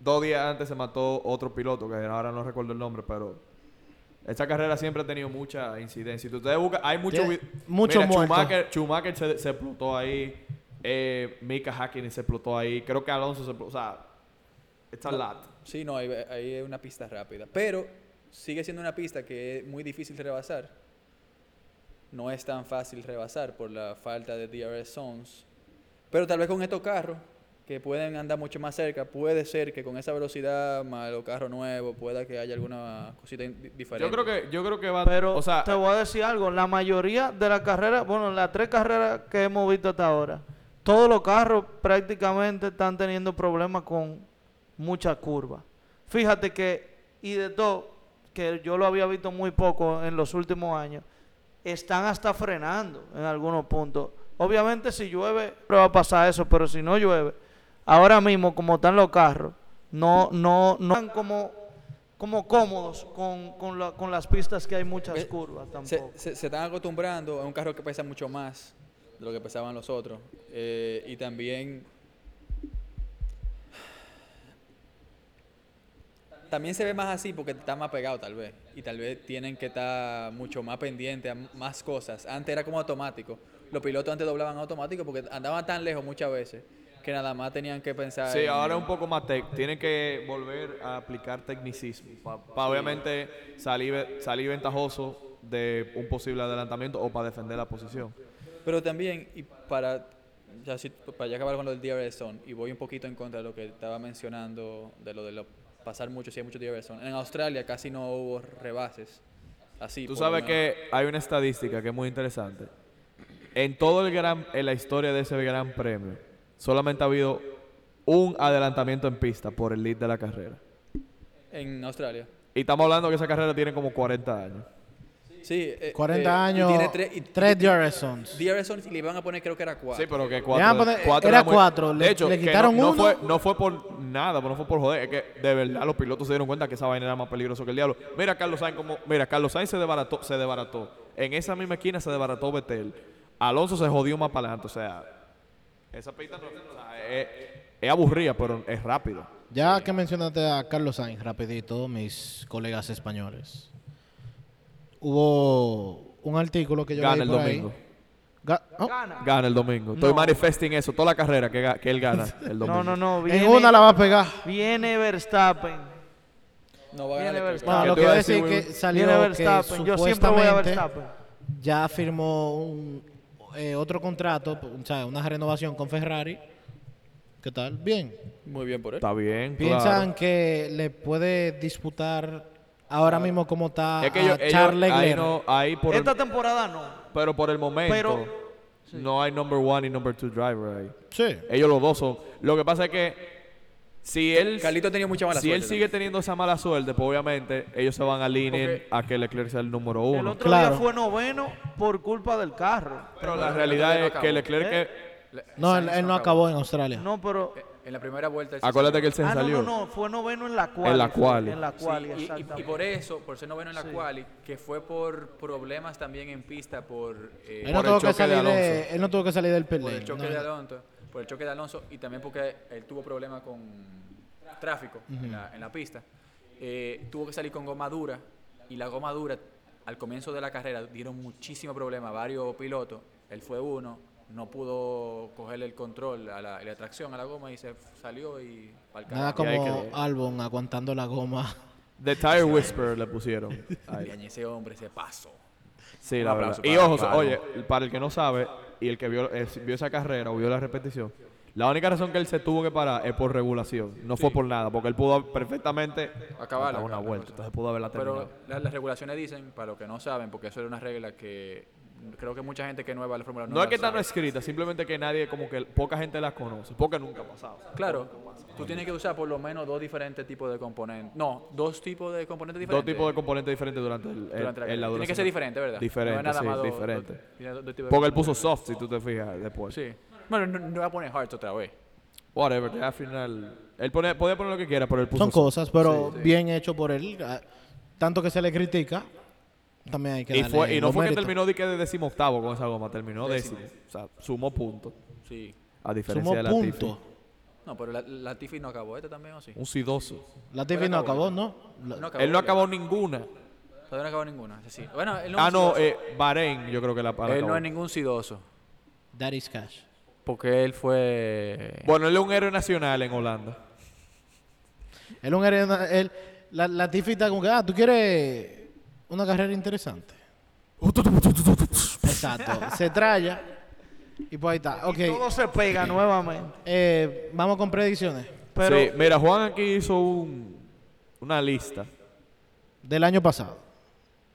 Speaker 1: dos días antes se mató otro piloto, que ahora no recuerdo el nombre, pero esta carrera siempre ha tenido mucha incidencia. Si ustedes buscan, hay mucho...
Speaker 3: Tiene
Speaker 1: vi-
Speaker 3: mucho
Speaker 1: Mira,
Speaker 3: muerto.
Speaker 1: Schumacher, Schumacher se, se explotó ahí, eh, Mika Hakkinen se explotó ahí, creo que Alonso se explotó, o sea, it's a lot.
Speaker 5: Sí, no, ahí, ahí es una pista rápida. Pero sigue siendo una pista que es muy difícil de rebasar. No es tan fácil rebasar por la falta de DRS zones. Pero tal vez con estos carros, que pueden andar mucho más cerca, puede ser que con esa velocidad, más los carros nuevos, pueda que haya alguna cosita in- di- diferente.
Speaker 1: Yo creo que, yo creo que va...
Speaker 2: Pero
Speaker 1: o sea,
Speaker 2: te voy a decir algo, la mayoría de las carreras, bueno, las tres carreras que hemos visto hasta ahora, todos los carros prácticamente están teniendo problemas con muchas curvas. Fíjate que, y de todo, que yo lo había visto muy poco en los últimos años, están hasta frenando en algunos puntos. Obviamente si llueve no va a pasar eso, pero si no llueve, ahora mismo como están los carros, no, no, no están como, como cómodos con, con, la- con las pistas que hay muchas
Speaker 5: Eh,
Speaker 2: curvas
Speaker 5: se,
Speaker 2: tampoco.
Speaker 5: se- se están acostumbrando a un carro que pesa mucho más de lo que pesaban los otros. Eh, y también. También se ve más así porque está más pegado, tal vez. Y tal vez tienen que estar mucho más pendientes a m- más cosas. Antes era como automático. Los pilotos antes doblaban automático porque andaban tan lejos muchas veces que nada más tenían que pensar.
Speaker 1: Sí,
Speaker 5: en-
Speaker 1: ahora es un poco más tec. Tienen que volver a aplicar tecnicismo para obviamente salir, ve- salir ventajoso de un posible adelantamiento o para defender la posición.
Speaker 5: Pero también, y para ya, si- para ya acabar con lo del DRS zone, y voy un poquito en contra de lo que estaba mencionando, de lo de lo- pasar mucho, si hay mucho DRS zone. En Australia casi no hubo rebases. Así.
Speaker 1: Tú
Speaker 5: por lo
Speaker 1: sabes
Speaker 5: menos.
Speaker 1: que hay una estadística que es muy interesante. En todo el gran, en la historia de ese gran premio, solamente ha habido un adelantamiento en pista por el lead de la carrera.
Speaker 5: En Australia.
Speaker 1: Y estamos hablando que esa carrera tiene como 40 años.
Speaker 5: Sí, eh,
Speaker 3: 40
Speaker 5: eh, y
Speaker 3: años,
Speaker 5: Tiene tres, y-
Speaker 3: 3
Speaker 5: y-
Speaker 3: Diorresons.
Speaker 5: Dierson y le iban a poner creo que era cuatro.
Speaker 6: Sí, pero que
Speaker 3: van
Speaker 6: cuatro.
Speaker 3: a poner-
Speaker 6: cuatro
Speaker 3: era
Speaker 6: muy-
Speaker 3: cuatro, le-
Speaker 6: de hecho,
Speaker 3: le
Speaker 6: que
Speaker 3: quitaron
Speaker 6: no, no
Speaker 3: uno.
Speaker 6: Fue, no fue por nada, pero no fue por joder. Es que de verdad los pilotos se dieron cuenta que esa vaina era más peligroso que el diablo. Mira, Carlos Sainz, como, mira, Carlos Sainz se desbarató, se desbarató. En esa misma esquina se desbarató Betel. Alonso se jodió más para adelante. O sea, esa pista no, o sea, es, es aburrida, pero es rápido.
Speaker 3: Ya que mencionaste a Carlos Sainz, rapidito, mis colegas españoles. Hubo un artículo que yo
Speaker 6: Gana
Speaker 3: leí
Speaker 6: el
Speaker 3: por ahí.
Speaker 6: domingo.
Speaker 3: Ga- oh,
Speaker 2: Gana.
Speaker 6: Gana el domingo. Estoy
Speaker 2: No.
Speaker 6: manifesting eso, toda la carrera que, ga- que él gana el
Speaker 2: No,
Speaker 6: domingo.
Speaker 2: no, no. Viene,
Speaker 3: en una la va a pegar.
Speaker 2: viene Verstappen.
Speaker 5: No va a
Speaker 2: Viene
Speaker 5: ganar Leclerc.
Speaker 2: Verstappen.
Speaker 3: Bueno,
Speaker 6: ¿Qué
Speaker 3: lo que iba
Speaker 6: te iba
Speaker 3: a
Speaker 6: a
Speaker 3: decir
Speaker 6: decir,
Speaker 3: que
Speaker 6: Will?
Speaker 3: salió
Speaker 2: Viene
Speaker 3: que
Speaker 2: Verstappen. Yo siempre voy a
Speaker 3: supuestamente
Speaker 2: Verstappen.
Speaker 3: ya firmó un, eh, otro contrato, o sea, una renovación con Ferrari. ¿Qué tal? Bien.
Speaker 5: Muy bien por él.
Speaker 6: Está bien.
Speaker 3: Piensan
Speaker 6: claro.
Speaker 3: que le puede disputar ahora mismo como está
Speaker 6: Es que
Speaker 3: a
Speaker 6: ellos- ellos-
Speaker 3: Charles
Speaker 6: ahí,
Speaker 3: Leclerc.
Speaker 6: no, ahí por el-
Speaker 2: Esta temporada no.
Speaker 6: pero por el momento
Speaker 2: Pero-
Speaker 6: no hay number one y number two driver ahí.
Speaker 3: Sí.
Speaker 6: Ellos los dos son. Lo que pasa es que si él,
Speaker 5: Carlito ha tenido mucha mala
Speaker 6: si
Speaker 5: suerte.
Speaker 6: él sigue teniendo esa mala suerte, pues obviamente ellos se van a alinear a que Leclerc sea el número
Speaker 2: El
Speaker 6: uno.
Speaker 2: otro
Speaker 3: Claro.
Speaker 2: día fue noveno por culpa del carro.
Speaker 6: Pero la realidad es que Leclerc, que-
Speaker 2: ¿Eh?
Speaker 5: Le-
Speaker 3: No, él,
Speaker 5: Sainz
Speaker 3: él no acabó en Australia.
Speaker 2: No, pero.
Speaker 5: En la primera vuelta. él se
Speaker 6: acuérdate que él se
Speaker 2: ah, no,
Speaker 6: salió.
Speaker 2: no, no. Fue noveno en la cual.
Speaker 6: En la quali.
Speaker 2: En la
Speaker 5: Sí,
Speaker 2: cual,
Speaker 5: y- y- y,
Speaker 2: exactamente.
Speaker 5: por eso, por ser noveno en la quali, que fue por problemas también en pista, por, eh,
Speaker 3: Él no,
Speaker 6: Por el
Speaker 3: tuvo que
Speaker 6: choque de
Speaker 3: salir de- él no tuvo que salir del
Speaker 5: por
Speaker 3: pelé.
Speaker 5: el choque de Alonso, por el choque de Alonso y también porque él tuvo problemas con tráfico en, la, en la pista. Eh, tuvo que salir con goma dura y la goma dura al comienzo de la carrera dieron muchísimo problema a varios pilotos. Él fue uno, no pudo coger el control a la, la tracción a la goma y se salió y pa'l
Speaker 3: Nada
Speaker 5: carajo.
Speaker 6: Y ahí
Speaker 3: como
Speaker 6: quedó.
Speaker 3: Albon aguantando la goma.
Speaker 6: The Tire Whisperer le pusieron. ahí.
Speaker 5: Y ese hombre se pasó.
Speaker 6: Sí,
Speaker 5: Un
Speaker 6: la verdad.
Speaker 5: aplauso
Speaker 6: Y
Speaker 5: para
Speaker 6: ojo,
Speaker 5: Ricardo.
Speaker 6: oye, para el que no sabe y el que vio, eh, vio esa carrera o vio la repetición, la única razón que él se tuvo que parar es por regulación, no fue por nada, porque él pudo perfectamente
Speaker 5: Acabarla,
Speaker 6: dar una
Speaker 5: claro,
Speaker 6: vuelta,
Speaker 5: la cosa.
Speaker 6: entonces pudo haberla terminado.
Speaker 5: Pero la- las regulaciones dicen, para los que no saben, porque eso era una regla que creo que mucha gente que es nueva a la Fórmula 1
Speaker 6: no es
Speaker 5: la
Speaker 6: que está no
Speaker 5: sabe.
Speaker 6: escrita, simplemente que nadie, como que poca gente la conoce, porque nunca ha pasado.
Speaker 5: Claro, tú tienes que usar por lo menos dos diferentes tipos de componentes. No, dos tipos de componentes
Speaker 6: Dos
Speaker 5: diferentes.
Speaker 6: tipos de componentes diferentes durante el, el-
Speaker 5: durante la
Speaker 6: en
Speaker 5: carrera. Tiene
Speaker 6: la
Speaker 5: que
Speaker 6: duración.
Speaker 5: ser diferente, ¿verdad?
Speaker 6: Diferente,
Speaker 5: no es nada
Speaker 6: sí,
Speaker 5: más dos-
Speaker 6: diferente.
Speaker 5: dos- tiene dos- dos tipos de
Speaker 6: porque él puso
Speaker 5: componentes.
Speaker 6: soft, si tú te fijas, después.
Speaker 5: Sí. Bueno, no, no voy a poner hearts otra vez.
Speaker 6: Whatever, ya al final... Él pone- podía poner lo que quiera, pero él puso
Speaker 3: Son
Speaker 6: soft.
Speaker 3: cosas, pero bien hecho por él. Ah, Tanto que se le critica, también hay que
Speaker 6: Y,
Speaker 3: darle
Speaker 6: fue, y no
Speaker 3: los
Speaker 6: fue que
Speaker 3: méritos.
Speaker 6: terminó de, que de decimoctavo con esa goma, terminó décimo. O sea, sumó punto.
Speaker 5: Sí.
Speaker 6: A diferencia
Speaker 3: Sumó
Speaker 6: de la
Speaker 3: punto.
Speaker 5: No, pero la, la Tiffy no acabó. ¿Este también o sí?
Speaker 6: Un sidoso.
Speaker 3: La TV no acabó, ¿no? La-
Speaker 5: No acabó,
Speaker 6: Él no
Speaker 5: ya.
Speaker 6: acabó ninguna.
Speaker 5: Todavía no acabó ninguna. ese Sí. Bueno, él no es
Speaker 6: Ah,
Speaker 5: un
Speaker 6: no,
Speaker 5: sidoso.
Speaker 6: eh, Bahrein, yo creo que la la
Speaker 5: él no
Speaker 6: acabó.
Speaker 5: es ningún sidoso.
Speaker 3: That is cash.
Speaker 5: Porque él fue...
Speaker 6: Bueno, él es un héroe nacional en Holanda.
Speaker 3: Él un arena- él, la, la Tiffy está como que, ah, tú quieres una carrera interesante. Exacto. Se traya. Y pues ahí está. Ok.
Speaker 2: Todo se pega nuevamente.
Speaker 3: eh, vamos con predicciones
Speaker 2: Pero
Speaker 6: Sí, mira, Juan aquí hizo un, una lista.
Speaker 3: del año pasado.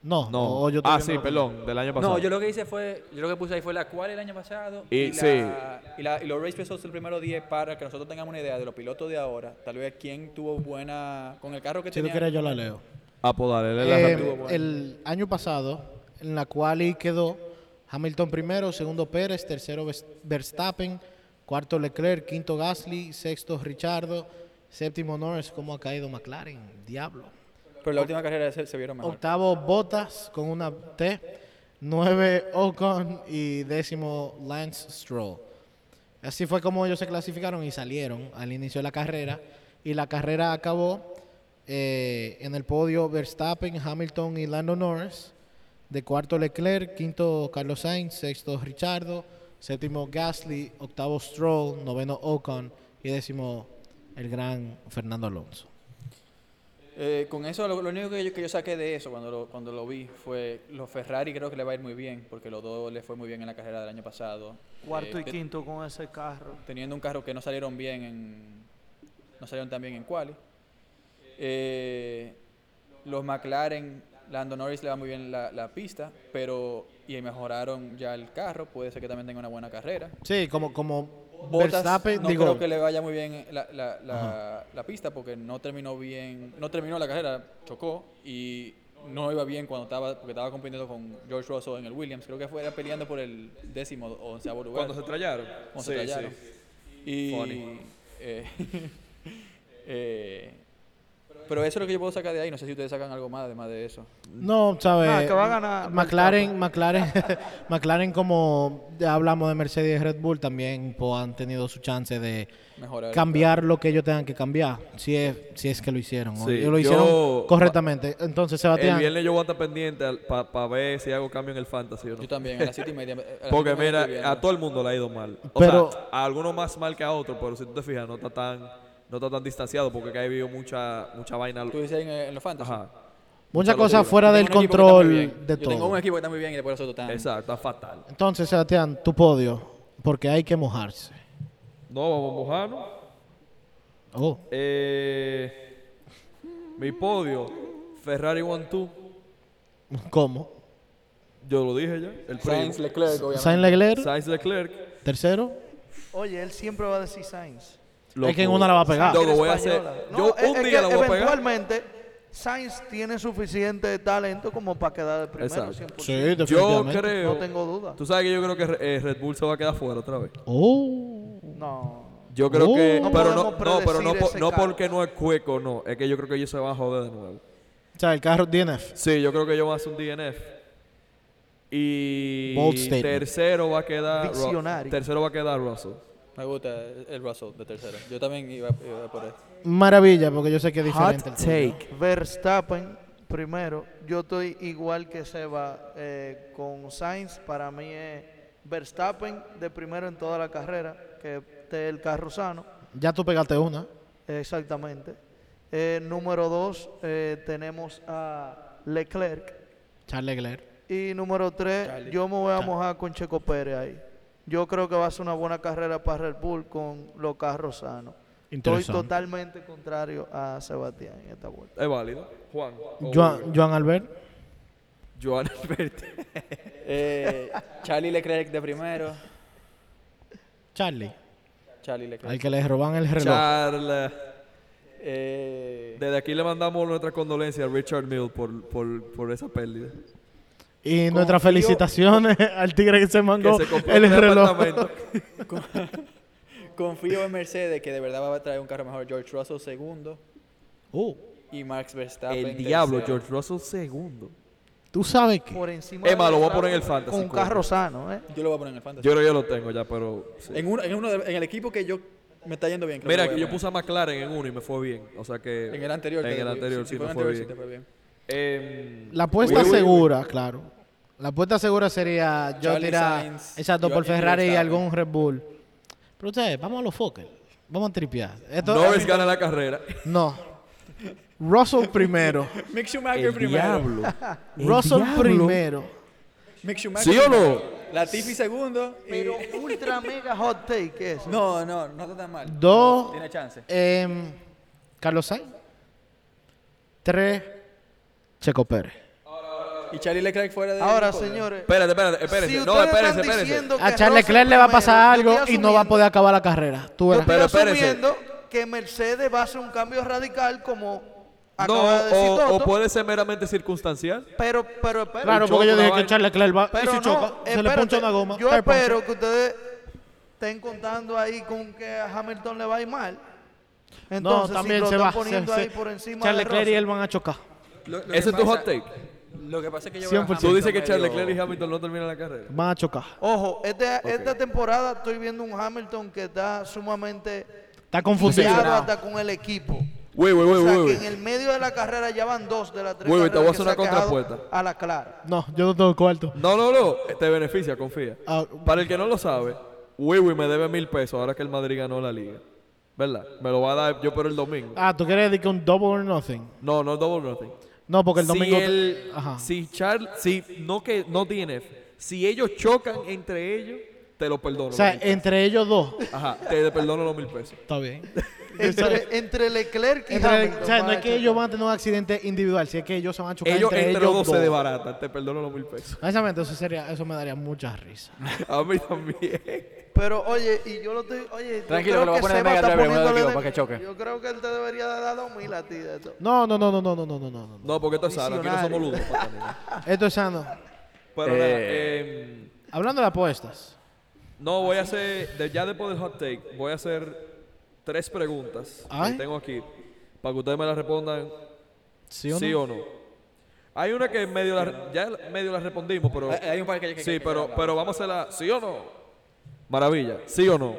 Speaker 3: No,
Speaker 6: No.
Speaker 3: o yo estoy
Speaker 6: ah,
Speaker 3: viendo
Speaker 6: sí,
Speaker 3: lo que-
Speaker 6: perdón, del año pasado.
Speaker 5: No, yo lo que hice fue, yo lo que puse ahí fue la cual el año pasado
Speaker 6: Y-
Speaker 5: la- y, la- y los race results del primero 10 para que nosotros tengamos una idea de los pilotos de ahora, tal vez quién tuvo buena con el carro que
Speaker 3: Si tú
Speaker 5: tenía.
Speaker 3: quieres, yo la leo.
Speaker 6: Ah, pues dale, lee la
Speaker 3: Eh,
Speaker 6: rápida.
Speaker 3: el año pasado, en la cual quedó Hamilton primero, segundo Pérez, tercero Vers- Verstappen, cuarto Leclerc, quinto Gasly, sexto Richardo, séptimo Norris, ¿cómo ha caído McLaren? Diablo.
Speaker 5: Pero la última carrera se, se vieron mejor.
Speaker 3: Octavo Bottas con una T, nueve Ocon y décimo Lance Stroll. Así fue como ellos se clasificaron y salieron al inicio de la carrera. Y la carrera acabó eh, en el podio Verstappen, Hamilton y Lando Norris. De cuarto Leclerc, quinto Carlos Sainz, sexto Richardo, séptimo Gasly, octavo Stroll, noveno Ocon y décimo el gran Fernando Alonso.
Speaker 5: Eh, con eso, lo, lo único que yo, que yo saqué de eso cuando lo, cuando lo vi fue los Ferrari creo que le va a ir muy bien, porque los dos le fue muy bien en la carrera del año pasado.
Speaker 2: cuarto
Speaker 5: Eh,
Speaker 2: y
Speaker 5: te-
Speaker 2: quinto con ese carro.
Speaker 5: teniendo un carro que no salieron bien en no salieron tan bien en quali Eh, los McLaren Lando Norris le va muy bien la, la pista pero y mejoraron ya el carro puede ser que también tenga una buena carrera
Speaker 3: Sí, como, como
Speaker 5: Bottas,
Speaker 3: Verstappen,
Speaker 5: no
Speaker 3: digo,
Speaker 5: creo que le vaya muy bien la, la- la- la pista porque no terminó bien no terminó la carrera chocó y no iba bien cuando estaba, porque estaba compitiendo con George Russell en el Williams. Creo que fue era peleando por el décimo o onceavo lugar.
Speaker 1: Cuando se trallaron.
Speaker 5: Cuando se trallaron. Y.
Speaker 1: Funny.
Speaker 5: eh, eh, pero eso es lo que yo puedo sacar de ahí. No sé si ustedes sacan algo más además de eso.
Speaker 3: No, ¿sabes?
Speaker 2: Ah, que va a ganar
Speaker 3: McLaren, McLaren, McLaren, como ya hablamos de Mercedes y Red Bull, también po, han tenido su chance de
Speaker 5: Mejorar. el
Speaker 3: cambiar lo que ellos tengan que cambiar, si es, si es que lo hicieron. o
Speaker 1: Sí,
Speaker 3: ellos lo
Speaker 1: yo-
Speaker 3: hicieron correctamente. Entonces,
Speaker 1: El
Speaker 3: Sebastián,
Speaker 1: viernes yo voy a estar pendiente para ver si hago cambio en el fantasy o no.
Speaker 5: Yo también, a las siete y media. a las
Speaker 1: Porque
Speaker 5: siete y media
Speaker 1: mira,
Speaker 5: estoy
Speaker 1: a
Speaker 5: viendo.
Speaker 1: todo el mundo le ha ido mal. O
Speaker 3: Pero-
Speaker 1: sea, a algunos más mal que a otros, pero si tú te fijas, no está tan, no está tan distanciado porque que ha habido mucha, mucha vaina.
Speaker 5: Tú dices en, en los fantasy.
Speaker 1: Ajá.
Speaker 3: muchas
Speaker 5: Yo
Speaker 3: cosas
Speaker 5: tengo
Speaker 3: fuera
Speaker 5: un
Speaker 3: del
Speaker 5: equipo que está muy
Speaker 3: control
Speaker 5: bien.
Speaker 3: de
Speaker 5: Yo tengo un
Speaker 3: todo.
Speaker 5: equipo que está muy bien y después los otros están.
Speaker 1: Exacto, está fatal.
Speaker 3: Entonces, Sebastián, tu podio, porque hay que mojarse.
Speaker 1: No, vamos a mojarnos.
Speaker 3: Oh,
Speaker 1: Eh, mi podio, Ferrari One Two.
Speaker 3: ¿cómo?
Speaker 1: Yo lo dije ya. El
Speaker 5: Sainz,
Speaker 1: primo.
Speaker 5: Leclerc, obviamente.
Speaker 3: Sainz Leclerc,
Speaker 1: Sainz Leclerc.
Speaker 3: tercero.
Speaker 2: Oye, él siempre va a decir Sainz.
Speaker 1: Loco,
Speaker 3: Es que en una la va a pegar.
Speaker 1: Loco,
Speaker 2: Era
Speaker 1: voy a hacer.
Speaker 2: española. No,
Speaker 1: Yo
Speaker 2: es-
Speaker 1: un
Speaker 2: es
Speaker 1: día
Speaker 2: que
Speaker 1: la voy a pegar.
Speaker 2: Eventualmente, Sainz tiene suficiente talento como para quedar de primero.
Speaker 1: Exacto.
Speaker 2: 100%.
Speaker 3: Sí,
Speaker 1: Yo
Speaker 3: definitivamente.
Speaker 1: creo.
Speaker 2: No tengo duda.
Speaker 1: Tú sabes que yo creo que eh, Red Bull se va a quedar fuera otra vez.
Speaker 3: Oh,
Speaker 2: No.
Speaker 1: Yo creo
Speaker 3: Oh.
Speaker 1: que.
Speaker 2: Uh, No
Speaker 1: pero no,
Speaker 2: podemos
Speaker 1: no, pero no,
Speaker 2: predecir
Speaker 1: po-
Speaker 2: ese
Speaker 1: no
Speaker 2: carro.
Speaker 1: porque no es cueco, no. Es que yo creo que ellos se van a joder de nuevo.
Speaker 3: o sea, el carro DNF.
Speaker 1: Sí, yo creo que ellos van a hacer un DNF. Y.
Speaker 3: Bold statement.
Speaker 1: Tercero va a quedar. Ru-
Speaker 2: Diccionario.
Speaker 1: Tercero va a quedar Russell.
Speaker 5: Me gusta el Russell de tercero. Yo también iba, iba por él.
Speaker 3: Maravilla, porque yo sé que es diferente. el tuyo.
Speaker 2: Verstappen primero. Yo estoy igual que Seba eh, con Sainz. Para mí es Verstappen de primero en toda la carrera, que esté el carro sano.
Speaker 3: Ya tú pegaste una.
Speaker 2: Exactamente. Eh, número dos, eh, tenemos a Leclerc.
Speaker 3: Charles Leclerc.
Speaker 2: Y número tres, yo me voy a mojar con Checo Pérez ahí. Yo creo que va a ser una buena carrera para Red Bull con los carros sanos. Estoy
Speaker 3: Interesante.
Speaker 2: totalmente contrario a Sebastián en esta vuelta.
Speaker 1: Es válido. Juan. o
Speaker 3: Joan, Joan Albert.
Speaker 1: Joan Alberti.
Speaker 5: Eh, Charlie Leclerc de primero.
Speaker 3: Charlie.
Speaker 5: Charlie
Speaker 3: Al
Speaker 5: Leclerc.
Speaker 3: que le roban el reloj.
Speaker 1: Charles.
Speaker 5: Eh,
Speaker 1: Desde aquí le mandamos nuestra condolencia a Richard Mill por, por, por esa pérdida.
Speaker 3: y nuestras felicitaciones al tigre que se mandó
Speaker 1: que se compró
Speaker 3: el
Speaker 1: un
Speaker 3: reloj.
Speaker 1: apartamento.
Speaker 5: confío en Mercedes que de verdad va a traer un carro mejor. George Russell segundo
Speaker 3: Uh,
Speaker 5: y Max Verstappen.
Speaker 1: El diablo,
Speaker 5: tercero.
Speaker 1: George Russell segundo.
Speaker 3: tú sabes que.
Speaker 2: Por encima
Speaker 1: Emma,
Speaker 2: de
Speaker 1: lo voy a
Speaker 2: Verstappen
Speaker 1: poner en el fantasy,
Speaker 2: Con un
Speaker 1: coño.
Speaker 2: carro sano, ¿eh?
Speaker 5: Yo lo voy a poner en el fantasy.
Speaker 1: Yo creo que yo lo tengo ya, pero... sí.
Speaker 5: en, uno, en, uno de- en el equipo que yo me está yendo bien. creo
Speaker 1: Mira,
Speaker 5: que
Speaker 1: que
Speaker 5: voy a
Speaker 1: yo
Speaker 5: poner.
Speaker 1: puse a McLaren en uno y me fue bien. O sea que...
Speaker 5: En el anterior.
Speaker 1: En
Speaker 5: te-
Speaker 1: el anterior, sí,
Speaker 5: fue
Speaker 1: me
Speaker 5: en el
Speaker 1: fue
Speaker 5: anterior, sí,
Speaker 1: bien.
Speaker 5: te fue bien.
Speaker 1: Em,
Speaker 3: La apuesta
Speaker 1: Uy, uy, uy.
Speaker 3: segura, claro. La apuesta segura sería yo
Speaker 5: Charlie
Speaker 3: tirar
Speaker 5: Sainz,
Speaker 3: exacto por
Speaker 5: Joan y
Speaker 3: Ferrari y
Speaker 5: Verstappen.
Speaker 3: algún Red Bull. Pero ustedes, vamos a los focos. Vamos a tripear. Esto-
Speaker 1: Norris gana la carrera.
Speaker 3: No. Russell primero.
Speaker 5: Mick Schumacher primero.
Speaker 3: Russell primero.
Speaker 5: Mick Schumacher.
Speaker 1: ¿Sí o no?
Speaker 5: Latifi segundo. y-
Speaker 2: Pero ultra mega hot take es.
Speaker 5: No, no, no está tan mal.
Speaker 3: Dos.
Speaker 5: Tiene chance.
Speaker 1: Este.
Speaker 3: Em, Carlos Sainz. Tres. Checo Pérez.
Speaker 5: Y Charlie Leclerc fuera de.
Speaker 2: Ahora,
Speaker 5: podio.
Speaker 2: señores,
Speaker 1: Espérate, espérate, espérate.
Speaker 2: si
Speaker 1: no,
Speaker 2: ustedes
Speaker 1: espérense,
Speaker 2: están
Speaker 1: espérense.
Speaker 2: diciendo
Speaker 3: A
Speaker 2: que
Speaker 3: Charles
Speaker 2: Russell
Speaker 3: Leclerc le va a pasar
Speaker 2: primero, yo
Speaker 3: algo
Speaker 2: estoy
Speaker 3: y no va a
Speaker 2: asumiendo-
Speaker 3: poder acabar la carrera. Tú
Speaker 2: Yo
Speaker 3: verás.
Speaker 2: estoy
Speaker 1: Pero espérese.
Speaker 2: asumiendo que Mercedes va a hacer un cambio radical como
Speaker 1: No,
Speaker 2: acaba de decir
Speaker 1: o, o
Speaker 2: Toto,
Speaker 1: puede ser meramente circunstancial.
Speaker 2: Pero, pero, espera.
Speaker 3: Claro,
Speaker 1: un
Speaker 3: porque
Speaker 1: choco,
Speaker 3: yo dije
Speaker 1: una
Speaker 3: que
Speaker 1: vaina.
Speaker 3: Charles Leclerc va y
Speaker 2: Pero
Speaker 3: si
Speaker 2: no,
Speaker 3: choca, se le
Speaker 2: espérate,
Speaker 3: poncha una goma.
Speaker 2: Yo
Speaker 3: Ay, ponche.
Speaker 2: espero que ustedes estén contando ahí con que a Hamilton le va a ir mal. Entonces,
Speaker 3: no,
Speaker 2: si
Speaker 3: también
Speaker 2: lo
Speaker 3: se
Speaker 2: están
Speaker 3: va.
Speaker 2: poniendo
Speaker 3: se-
Speaker 2: ahí
Speaker 3: se-
Speaker 2: por encima
Speaker 3: Charles
Speaker 2: de
Speaker 3: Leclerc y
Speaker 2: Russell.
Speaker 3: él van a chocar.
Speaker 5: Lo- lo
Speaker 1: Ese
Speaker 5: que
Speaker 1: es tu
Speaker 5: pasa- Ah,
Speaker 1: hot take.
Speaker 5: Lo que pasa es que yo.
Speaker 3: 100%.
Speaker 1: Tú dices que Charles Leclerc y Hamilton no terminan la carrera.
Speaker 3: Van a chocar.
Speaker 2: Ojo, este- esta temporada estoy viendo un Hamilton que está sumamente
Speaker 3: Está confundido.
Speaker 2: liado hasta con el equipo.
Speaker 1: Güey, güey,
Speaker 2: O
Speaker 1: güey,
Speaker 2: sea,
Speaker 1: güey,
Speaker 2: que
Speaker 1: güey.
Speaker 2: en el medio de la carrera ya van dos de las tres
Speaker 1: Güey, güey, te voy a
Speaker 2: carreras
Speaker 1: hacer
Speaker 2: que se
Speaker 1: una
Speaker 2: ha quejado
Speaker 1: contrapuesta.
Speaker 2: A la clara.
Speaker 3: No, yo no tengo cuarto.
Speaker 1: No, no, no. Te beneficia, confía.
Speaker 3: Ah,
Speaker 1: Para el que no lo sabe, Wiwi me debe mil pesos ahora que el Madrid ganó la liga. ¿Verdad? Me lo va a dar yo por el domingo.
Speaker 3: ah, tú quieres decir que un double or nothing.
Speaker 1: No, no double nothing.
Speaker 3: No, porque el domingo.
Speaker 1: Si el,
Speaker 3: Ajá.
Speaker 1: si Charles, si no que no DNF, si ellos chocan entre ellos, te lo perdono.
Speaker 3: o sea, eh,
Speaker 1: los mil
Speaker 3: entre ellos dos.
Speaker 1: pesos. Ajá, te perdono los mil pesos.
Speaker 3: Está bien.
Speaker 2: Entre, entre Leclerc y
Speaker 3: Entre-
Speaker 2: Hamilton.
Speaker 3: o sea, no
Speaker 2: van a
Speaker 3: es que
Speaker 2: chocar.
Speaker 3: ellos van a tener un accidente individual, si es que ellos se van a chocar
Speaker 1: Ellos
Speaker 3: entre,
Speaker 1: entre,
Speaker 3: ellos
Speaker 1: los
Speaker 3: dos.
Speaker 1: dos se desbaratan, te perdono los mil pesos.
Speaker 3: Exactamente, eso sería, eso me daría mucha risa.
Speaker 1: A mí también.
Speaker 2: Pero oye, y yo lo estoy. Oye, yo
Speaker 4: Tranquilo,
Speaker 2: creo
Speaker 4: que lo voy a poner
Speaker 2: Seba
Speaker 4: Mega
Speaker 2: está
Speaker 4: Drive, uno de
Speaker 2: poniéndole
Speaker 4: Dios,
Speaker 2: de-
Speaker 4: para que choque.
Speaker 2: Yo creo que él te debería de dar dos mil a ti de eso.
Speaker 3: No, no, no, no, no, no, no, no, no, no.
Speaker 1: No, porque esto es sano. Aquí no somos ludos. pues,
Speaker 3: Esto es sano.
Speaker 1: Pero
Speaker 4: Eh.
Speaker 1: nada, em,
Speaker 3: Hablando de apuestas.
Speaker 1: no, voy a hacer, de- ya después del hot take, voy a hacer tres preguntas
Speaker 3: Ay.
Speaker 1: que tengo aquí para que ustedes me las respondan
Speaker 3: ¿Sí o no?
Speaker 1: sí o no. Hay una que medio la, ya medio la respondimos, pero...
Speaker 5: Hay- hay un par que- que-
Speaker 1: Sí,
Speaker 5: que-
Speaker 1: pero, pero vamos a hacerla sí o no. Maravilla, sí o no.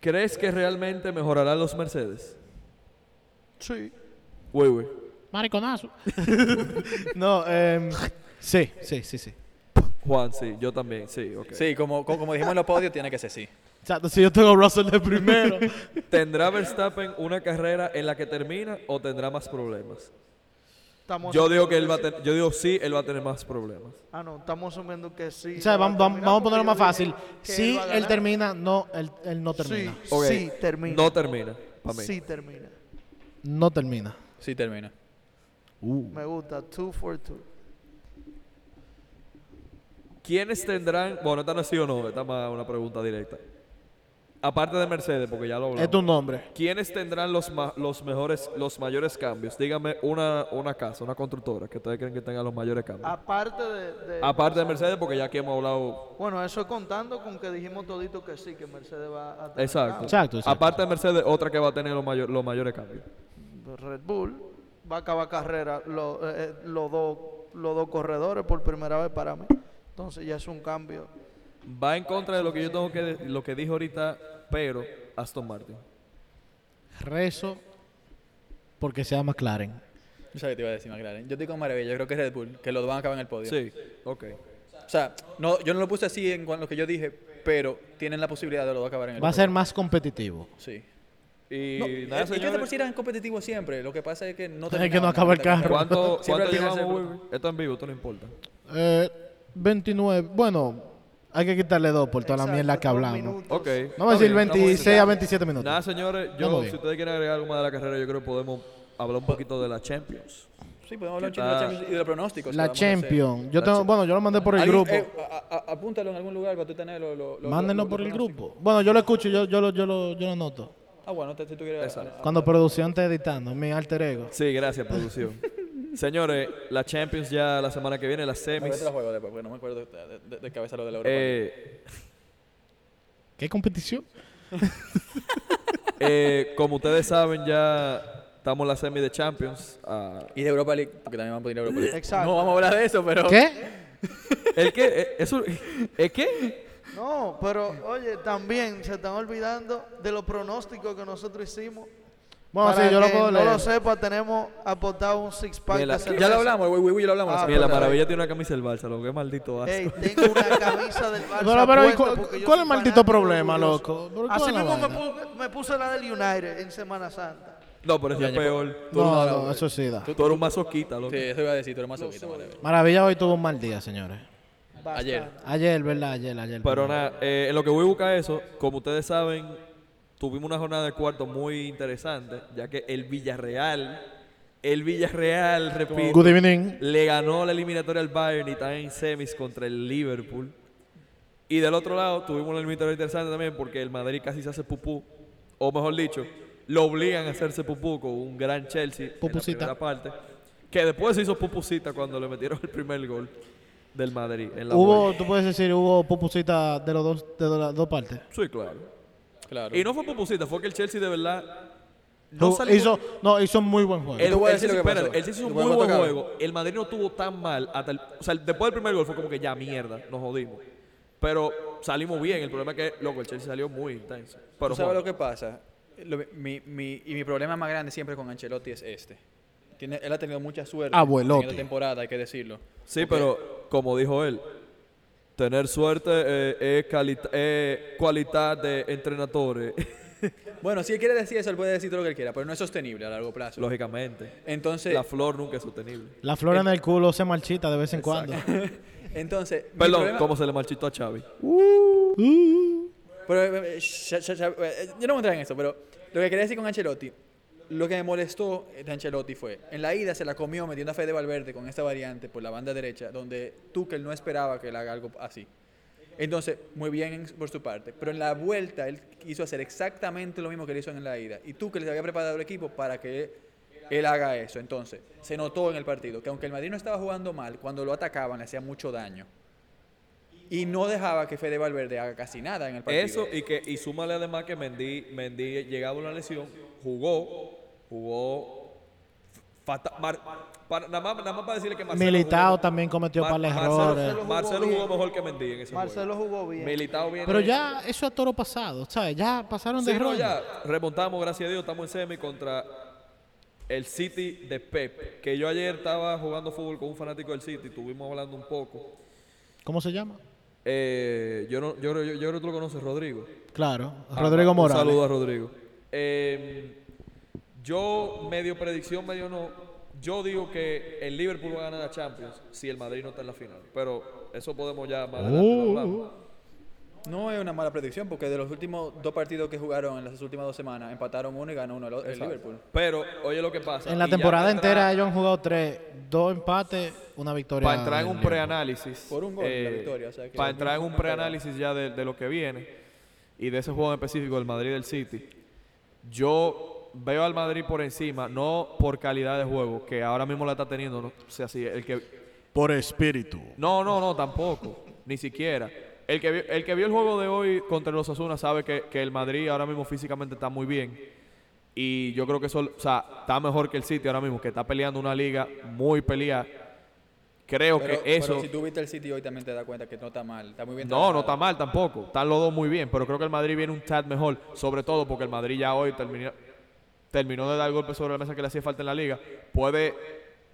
Speaker 1: ¿Crees que realmente mejorarán los Mercedes?
Speaker 2: Sí.
Speaker 1: Uy, uy.
Speaker 3: Mariconazo. no, em, sí, sí, sí, sí.
Speaker 1: Juan, sí, yo también, sí, ok.
Speaker 5: Sí, como, como, como dijimos en los podios, tiene que ser sí.
Speaker 3: Exacto, si yo tengo a Russell de primero.
Speaker 1: ¿Tendrá Verstappen una carrera en la que termina o tendrá más problemas?
Speaker 2: Estamos
Speaker 1: Yo digo que él va a tener, yo digo sí, él va a tener más problemas.
Speaker 2: Ah, no, estamos asumiendo que sí.
Speaker 3: o sea,
Speaker 2: lo va
Speaker 3: vamos, vamos-
Speaker 2: terminar,
Speaker 3: vamos a
Speaker 2: porque
Speaker 3: ponerlo más
Speaker 2: yo dije
Speaker 3: fácil.
Speaker 2: que
Speaker 3: Si
Speaker 2: va a
Speaker 3: él
Speaker 2: ganar.
Speaker 3: termina, no, él, él no termina.
Speaker 2: Sí,
Speaker 1: Ok.
Speaker 2: sí, termina.
Speaker 1: No termina, para mí.
Speaker 2: sí, termina.
Speaker 3: No termina.
Speaker 5: Sí termina.
Speaker 2: Me gusta. Two for two.
Speaker 1: ¿Quiénes tendrán, bueno, esta no es sí o no, esta es más una pregunta directa. Aparte de Mercedes, porque ya lo hablamos.
Speaker 3: Es tu nombre.
Speaker 1: ¿Quiénes tendrán los, ma- los mejores, los mayores cambios? Dígame una, una casa, una constructora que ustedes creen que tenga los mayores cambios.
Speaker 5: Ah,
Speaker 2: Aparte de. de-
Speaker 1: Aparte de Mercedes, porque ya aquí hemos hablado.
Speaker 2: Bueno, eso contando con que dijimos todito que sí, que Mercedes va a tener
Speaker 1: Exacto.
Speaker 3: Exacto, exacto.
Speaker 1: Aparte de Mercedes, otra que va a tener los, mayo- los mayores cambios.
Speaker 2: cambio. Red Bull va a acabar carrera lo- eh, eh, los dos los dos corredores por primera vez para mí. Entonces ya es un cambio.
Speaker 1: Va en contra de lo que yo tengo que de- lo que dijo ahorita, pero Aston Martin.
Speaker 3: Rezo porque sea McLaren.
Speaker 5: Yo sabía que te iba a decir McLaren. Yo estoy con Maravilla, yo creo que Red Bull, que los dos van a acabar en el podio.
Speaker 1: Sí, ok.
Speaker 5: O sea, no, yo no lo puse así en cuan- lo que yo dije, pero tienen la posibilidad de los dos acabar en el
Speaker 3: Va a
Speaker 5: podio.
Speaker 3: ser más competitivo.
Speaker 5: Sí.
Speaker 1: Y
Speaker 5: No,
Speaker 1: nada,
Speaker 5: eh, ellos de por
Speaker 1: señores,
Speaker 5: sí eran competitivos siempre. Lo que pasa es que no
Speaker 3: que no
Speaker 5: terminaban,
Speaker 3: acaba el
Speaker 5: terminaban.
Speaker 3: carro.
Speaker 1: ¿Cuánto,
Speaker 5: Siempre
Speaker 1: cuánto
Speaker 5: al final se-
Speaker 1: llevamos, Wilby? Esto en vivo, esto no importa.
Speaker 3: Eh, 29. Bueno, hay que quitarle dos por toda la
Speaker 2: Exacto,
Speaker 3: mierda que
Speaker 2: dos
Speaker 3: hablamos.
Speaker 2: minutos.
Speaker 1: Ok.
Speaker 3: Vamos a decir
Speaker 1: Está bien, estamos
Speaker 3: 26 a 27 minutos.
Speaker 1: Nada, señores, yo,
Speaker 3: Vamos bien.
Speaker 1: si ustedes quieren agregar algo más de la carrera, yo creo que podemos hablar un poquito de la Champions.
Speaker 5: Sí, podemos hablar un chingo de la
Speaker 1: Ah.
Speaker 5: Champions y de los pronósticos.
Speaker 3: La Champions. Yo
Speaker 1: La
Speaker 3: tengo,
Speaker 1: Champions.
Speaker 3: bueno, yo lo mandé por el
Speaker 5: Alguien-
Speaker 3: grupo.
Speaker 5: eh, a- a- apúntalo en algún lugar para tú tener los. Lo, lo-
Speaker 3: Mándenlo
Speaker 5: lo-
Speaker 3: por
Speaker 5: los
Speaker 3: el
Speaker 5: pronósticos.
Speaker 3: grupo. Bueno, yo lo escucho, yo, yo, lo, yo, lo, yo lo noto.
Speaker 5: Ah, bueno, te, si tú quieres. ah,
Speaker 3: Cuando producción está editando, mi alter ego.
Speaker 1: Sí, gracias, producción. Señores, la Champions ya la semana que viene, las
Speaker 5: ah, ahorita
Speaker 1: semis.
Speaker 5: lo juego después, porque no me acuerdo de, de- de cabeza lo de la Europa.
Speaker 1: Eh,
Speaker 3: ¿Qué competición?
Speaker 1: eh, como ustedes saben, ya estamos en la semi de Champions. Ah,
Speaker 5: y de Europa League, porque también van a poder ir a Europa League.
Speaker 2: Exacto.
Speaker 5: No vamos a hablar de eso, pero.
Speaker 3: ¿Qué?
Speaker 1: ¿El qué? Eh, ¿Eso? ¿El qué?
Speaker 2: No, pero oye, también se están olvidando de los pronósticos que nosotros hicimos.
Speaker 3: Bueno,
Speaker 2: Para
Speaker 3: sí, yo lo
Speaker 2: que
Speaker 3: puedo
Speaker 2: no
Speaker 3: leer.
Speaker 2: lo sepa, tenemos aportado un six pack
Speaker 1: Vela,
Speaker 2: de
Speaker 1: ya
Speaker 5: Ya
Speaker 2: cerveza.
Speaker 5: lo hablamos, güey, güey, güey, ya lo hablamos.
Speaker 2: Ah,
Speaker 1: Mira, la
Speaker 2: pero-
Speaker 1: maravilla tiene una camisa del Barça, lo que maldito asco.
Speaker 2: Ey, tengo una camisa del Barça
Speaker 3: Pero, pero, ¿y
Speaker 2: puesta
Speaker 3: cuál-
Speaker 2: porque yo
Speaker 3: cuál es
Speaker 2: soy
Speaker 3: el maldito
Speaker 2: fanático
Speaker 3: problema,
Speaker 2: orgulloso.
Speaker 3: loco? ¿Pero cuál
Speaker 2: Así
Speaker 3: es la
Speaker 2: mismo me
Speaker 3: vaina?
Speaker 2: puse, me puse la del United en Semana Santa.
Speaker 1: No, pero eso es peor.
Speaker 5: Tú eres
Speaker 3: No,
Speaker 5: una-
Speaker 3: no, eso sí da.
Speaker 1: Tú eres un masoquista, loco.
Speaker 5: Sí, eso iba a decir, tú eres más soquita, maravilla.
Speaker 3: Maravilla hoy tuvo un mal día, señores.
Speaker 2: Bastante.
Speaker 5: Ayer.
Speaker 3: Ayer, ¿verdad? Ayer, ayer.
Speaker 1: Pero
Speaker 3: perdón.
Speaker 1: nada, eh, en lo que voy a buscar eso, como ustedes saben, tuvimos una jornada de cuarto muy interesante, ya que el Villarreal, el Villarreal, repito,
Speaker 3: Good evening.
Speaker 1: le ganó la eliminatoria al Bayern y está en semis contra el Liverpool. Y del otro lado, tuvimos una eliminatoria interesante también porque el Madrid casi se hace pupú, o mejor dicho, lo obligan a hacerse pupú con un gran Chelsea
Speaker 3: Pupusita.
Speaker 1: en la primera parte, que después se hizo pupusita cuando le metieron el primer gol del Madrid en la
Speaker 3: Hubo,
Speaker 1: vuelta.
Speaker 3: tú puedes decir, hubo pupusita de, los dos, de las dos partes.
Speaker 1: Sí, claro.
Speaker 5: Claro.
Speaker 1: Y no fue popusita, fue que el Chelsea de verdad no
Speaker 3: No,
Speaker 1: salió.
Speaker 3: hizo, no, hizo muy buen juego.
Speaker 1: el,
Speaker 5: Te voy a
Speaker 1: el
Speaker 5: decir lo
Speaker 1: Chelsea,
Speaker 5: que pasó.
Speaker 1: espérate, el Chelsea hizo
Speaker 5: Te
Speaker 1: un
Speaker 5: voy a
Speaker 1: muy buen
Speaker 5: contar.
Speaker 1: juego. El Madrid no tuvo tan mal hasta el- o sea, después del primer gol fue como que ya mierda, nos jodimos. Pero salimos bien. El problema es que, loco, el Chelsea salió muy intenso. Pero
Speaker 5: ¿Tú sabes
Speaker 1: joder,
Speaker 5: lo que pasa? Lo- mi, mi- y mi problema más grande siempre con Ancelotti es este. Tiene, él ha tenido mucha suerte
Speaker 3: Abuelote.
Speaker 5: en esta temporada, hay que decirlo.
Speaker 1: sí, pero como dijo él, tener suerte eh, es calita- eh, calidad de entrenadores,
Speaker 5: Bueno, si él quiere decir eso, él puede decir todo lo que él quiera, pero no es sostenible a largo plazo.
Speaker 1: lógicamente.
Speaker 5: Entonces,
Speaker 1: La flor nunca es sostenible.
Speaker 3: La flor en el culo se marchita de vez en cuando.
Speaker 5: entonces mi
Speaker 1: Perdón,
Speaker 5: problema-
Speaker 1: ¿cómo se le marchitó a Xavi?
Speaker 5: Pero, eh, eh, sh- sh- sh- eh, yo no voy a entrar en eso, pero lo que quería decir con Ancelotti, lo que me molestó de Ancelotti fue, en la ida se la comió metiendo a Fede Valverde con esta variante por la banda derecha, donde Tuchel no esperaba que él haga algo así. Entonces, muy bien en- por su parte. Pero en la vuelta, él quiso hacer exactamente lo mismo que él hizo en la ida. Y tú que les había preparado el equipo para que él haga eso. Entonces, se notó en el partido que aunque el Madrid no estaba jugando mal, cuando lo atacaban le hacía mucho daño. Y no dejaba que Fede Valverde haga casi nada en el partido.
Speaker 1: Eso y que y súmale además que Mendy, Mendy llegaba a una lesión, jugó, jugó fata- Mar- para- nada, más, nada más para decirle que Marcelo
Speaker 3: Militao
Speaker 1: jugó-
Speaker 3: también cometió
Speaker 1: Mar-
Speaker 3: par de
Speaker 1: Marcelo-
Speaker 3: errores.
Speaker 1: Marcelo,
Speaker 2: Marcelo jugó
Speaker 1: jugó mejor que Mendy en ese
Speaker 2: Marcelo jugó
Speaker 1: juego.
Speaker 2: bien.
Speaker 1: Militao viene-
Speaker 3: Pero ya eso es toro pasado, ¿sabes? Ya pasaron de
Speaker 1: Sí, no,
Speaker 3: errores.
Speaker 1: ya remontamos, gracias a Dios, estamos en semi contra el City de Pep, que yo ayer estaba jugando fútbol con un fanático del City, estuvimos hablando un poco.
Speaker 3: ¿Cómo se llama?
Speaker 1: Eh, yo, no, yo, creo- yo- yo creo que tú lo conoces, Rodrigo.
Speaker 3: Claro,
Speaker 1: Ah,
Speaker 3: Rodrigo
Speaker 1: un
Speaker 3: Morales.
Speaker 1: saludo a Rodrigo.
Speaker 6: Em,
Speaker 1: Eh, yo, medio predicción, medio no. Yo digo que el Liverpool va a ganar la Champions si el Madrid no está en la final. Pero eso podemos ya más adelante
Speaker 3: Uh,
Speaker 1: lo hablamos.
Speaker 5: No es una mala predicción, porque de los últimos dos partidos que jugaron en las últimas dos semanas, empataron uno y ganó uno el, el Liverpool.
Speaker 1: Pero, oye lo que pasa.
Speaker 3: En la
Speaker 1: y ya
Speaker 3: temporada
Speaker 1: para entrar-
Speaker 3: entera ellos han jugado tres, dos empates, una victoria.
Speaker 6: Para entrar en
Speaker 3: del
Speaker 6: un
Speaker 3: Liverpool.
Speaker 6: preanálisis. eh,
Speaker 5: Por un gol, la victoria, o sea que-
Speaker 6: para entrar en un preanálisis ya de, de lo que viene y de ese juego en específico del Madrid del City. Yo veo al Madrid por encima, no por calidad de juego, que ahora mismo la está teniendo. No, o sea, sí, el que,
Speaker 7: Por espíritu.
Speaker 6: no, no, no, tampoco. ni siquiera. El que, vi- el que vio el juego de hoy contra los Asuna sabe que, que el Madrid ahora mismo físicamente está muy bien. Y yo creo que eso, o sea, está mejor que el City ahora mismo, que está peleando una liga muy peleada. Creo
Speaker 5: Pero,
Speaker 6: que eso.
Speaker 5: pero si tú viste el City hoy también te das cuenta que no está mal, está muy bien.
Speaker 6: No, no
Speaker 5: trabajado.
Speaker 6: está mal tampoco. Están los dos muy bien, pero creo que el Madrid viene un tad mejor, sobre todo porque el Madrid ya hoy terminó, terminó de dar el golpe sobre la mesa que le hacía falta en la liga. Puede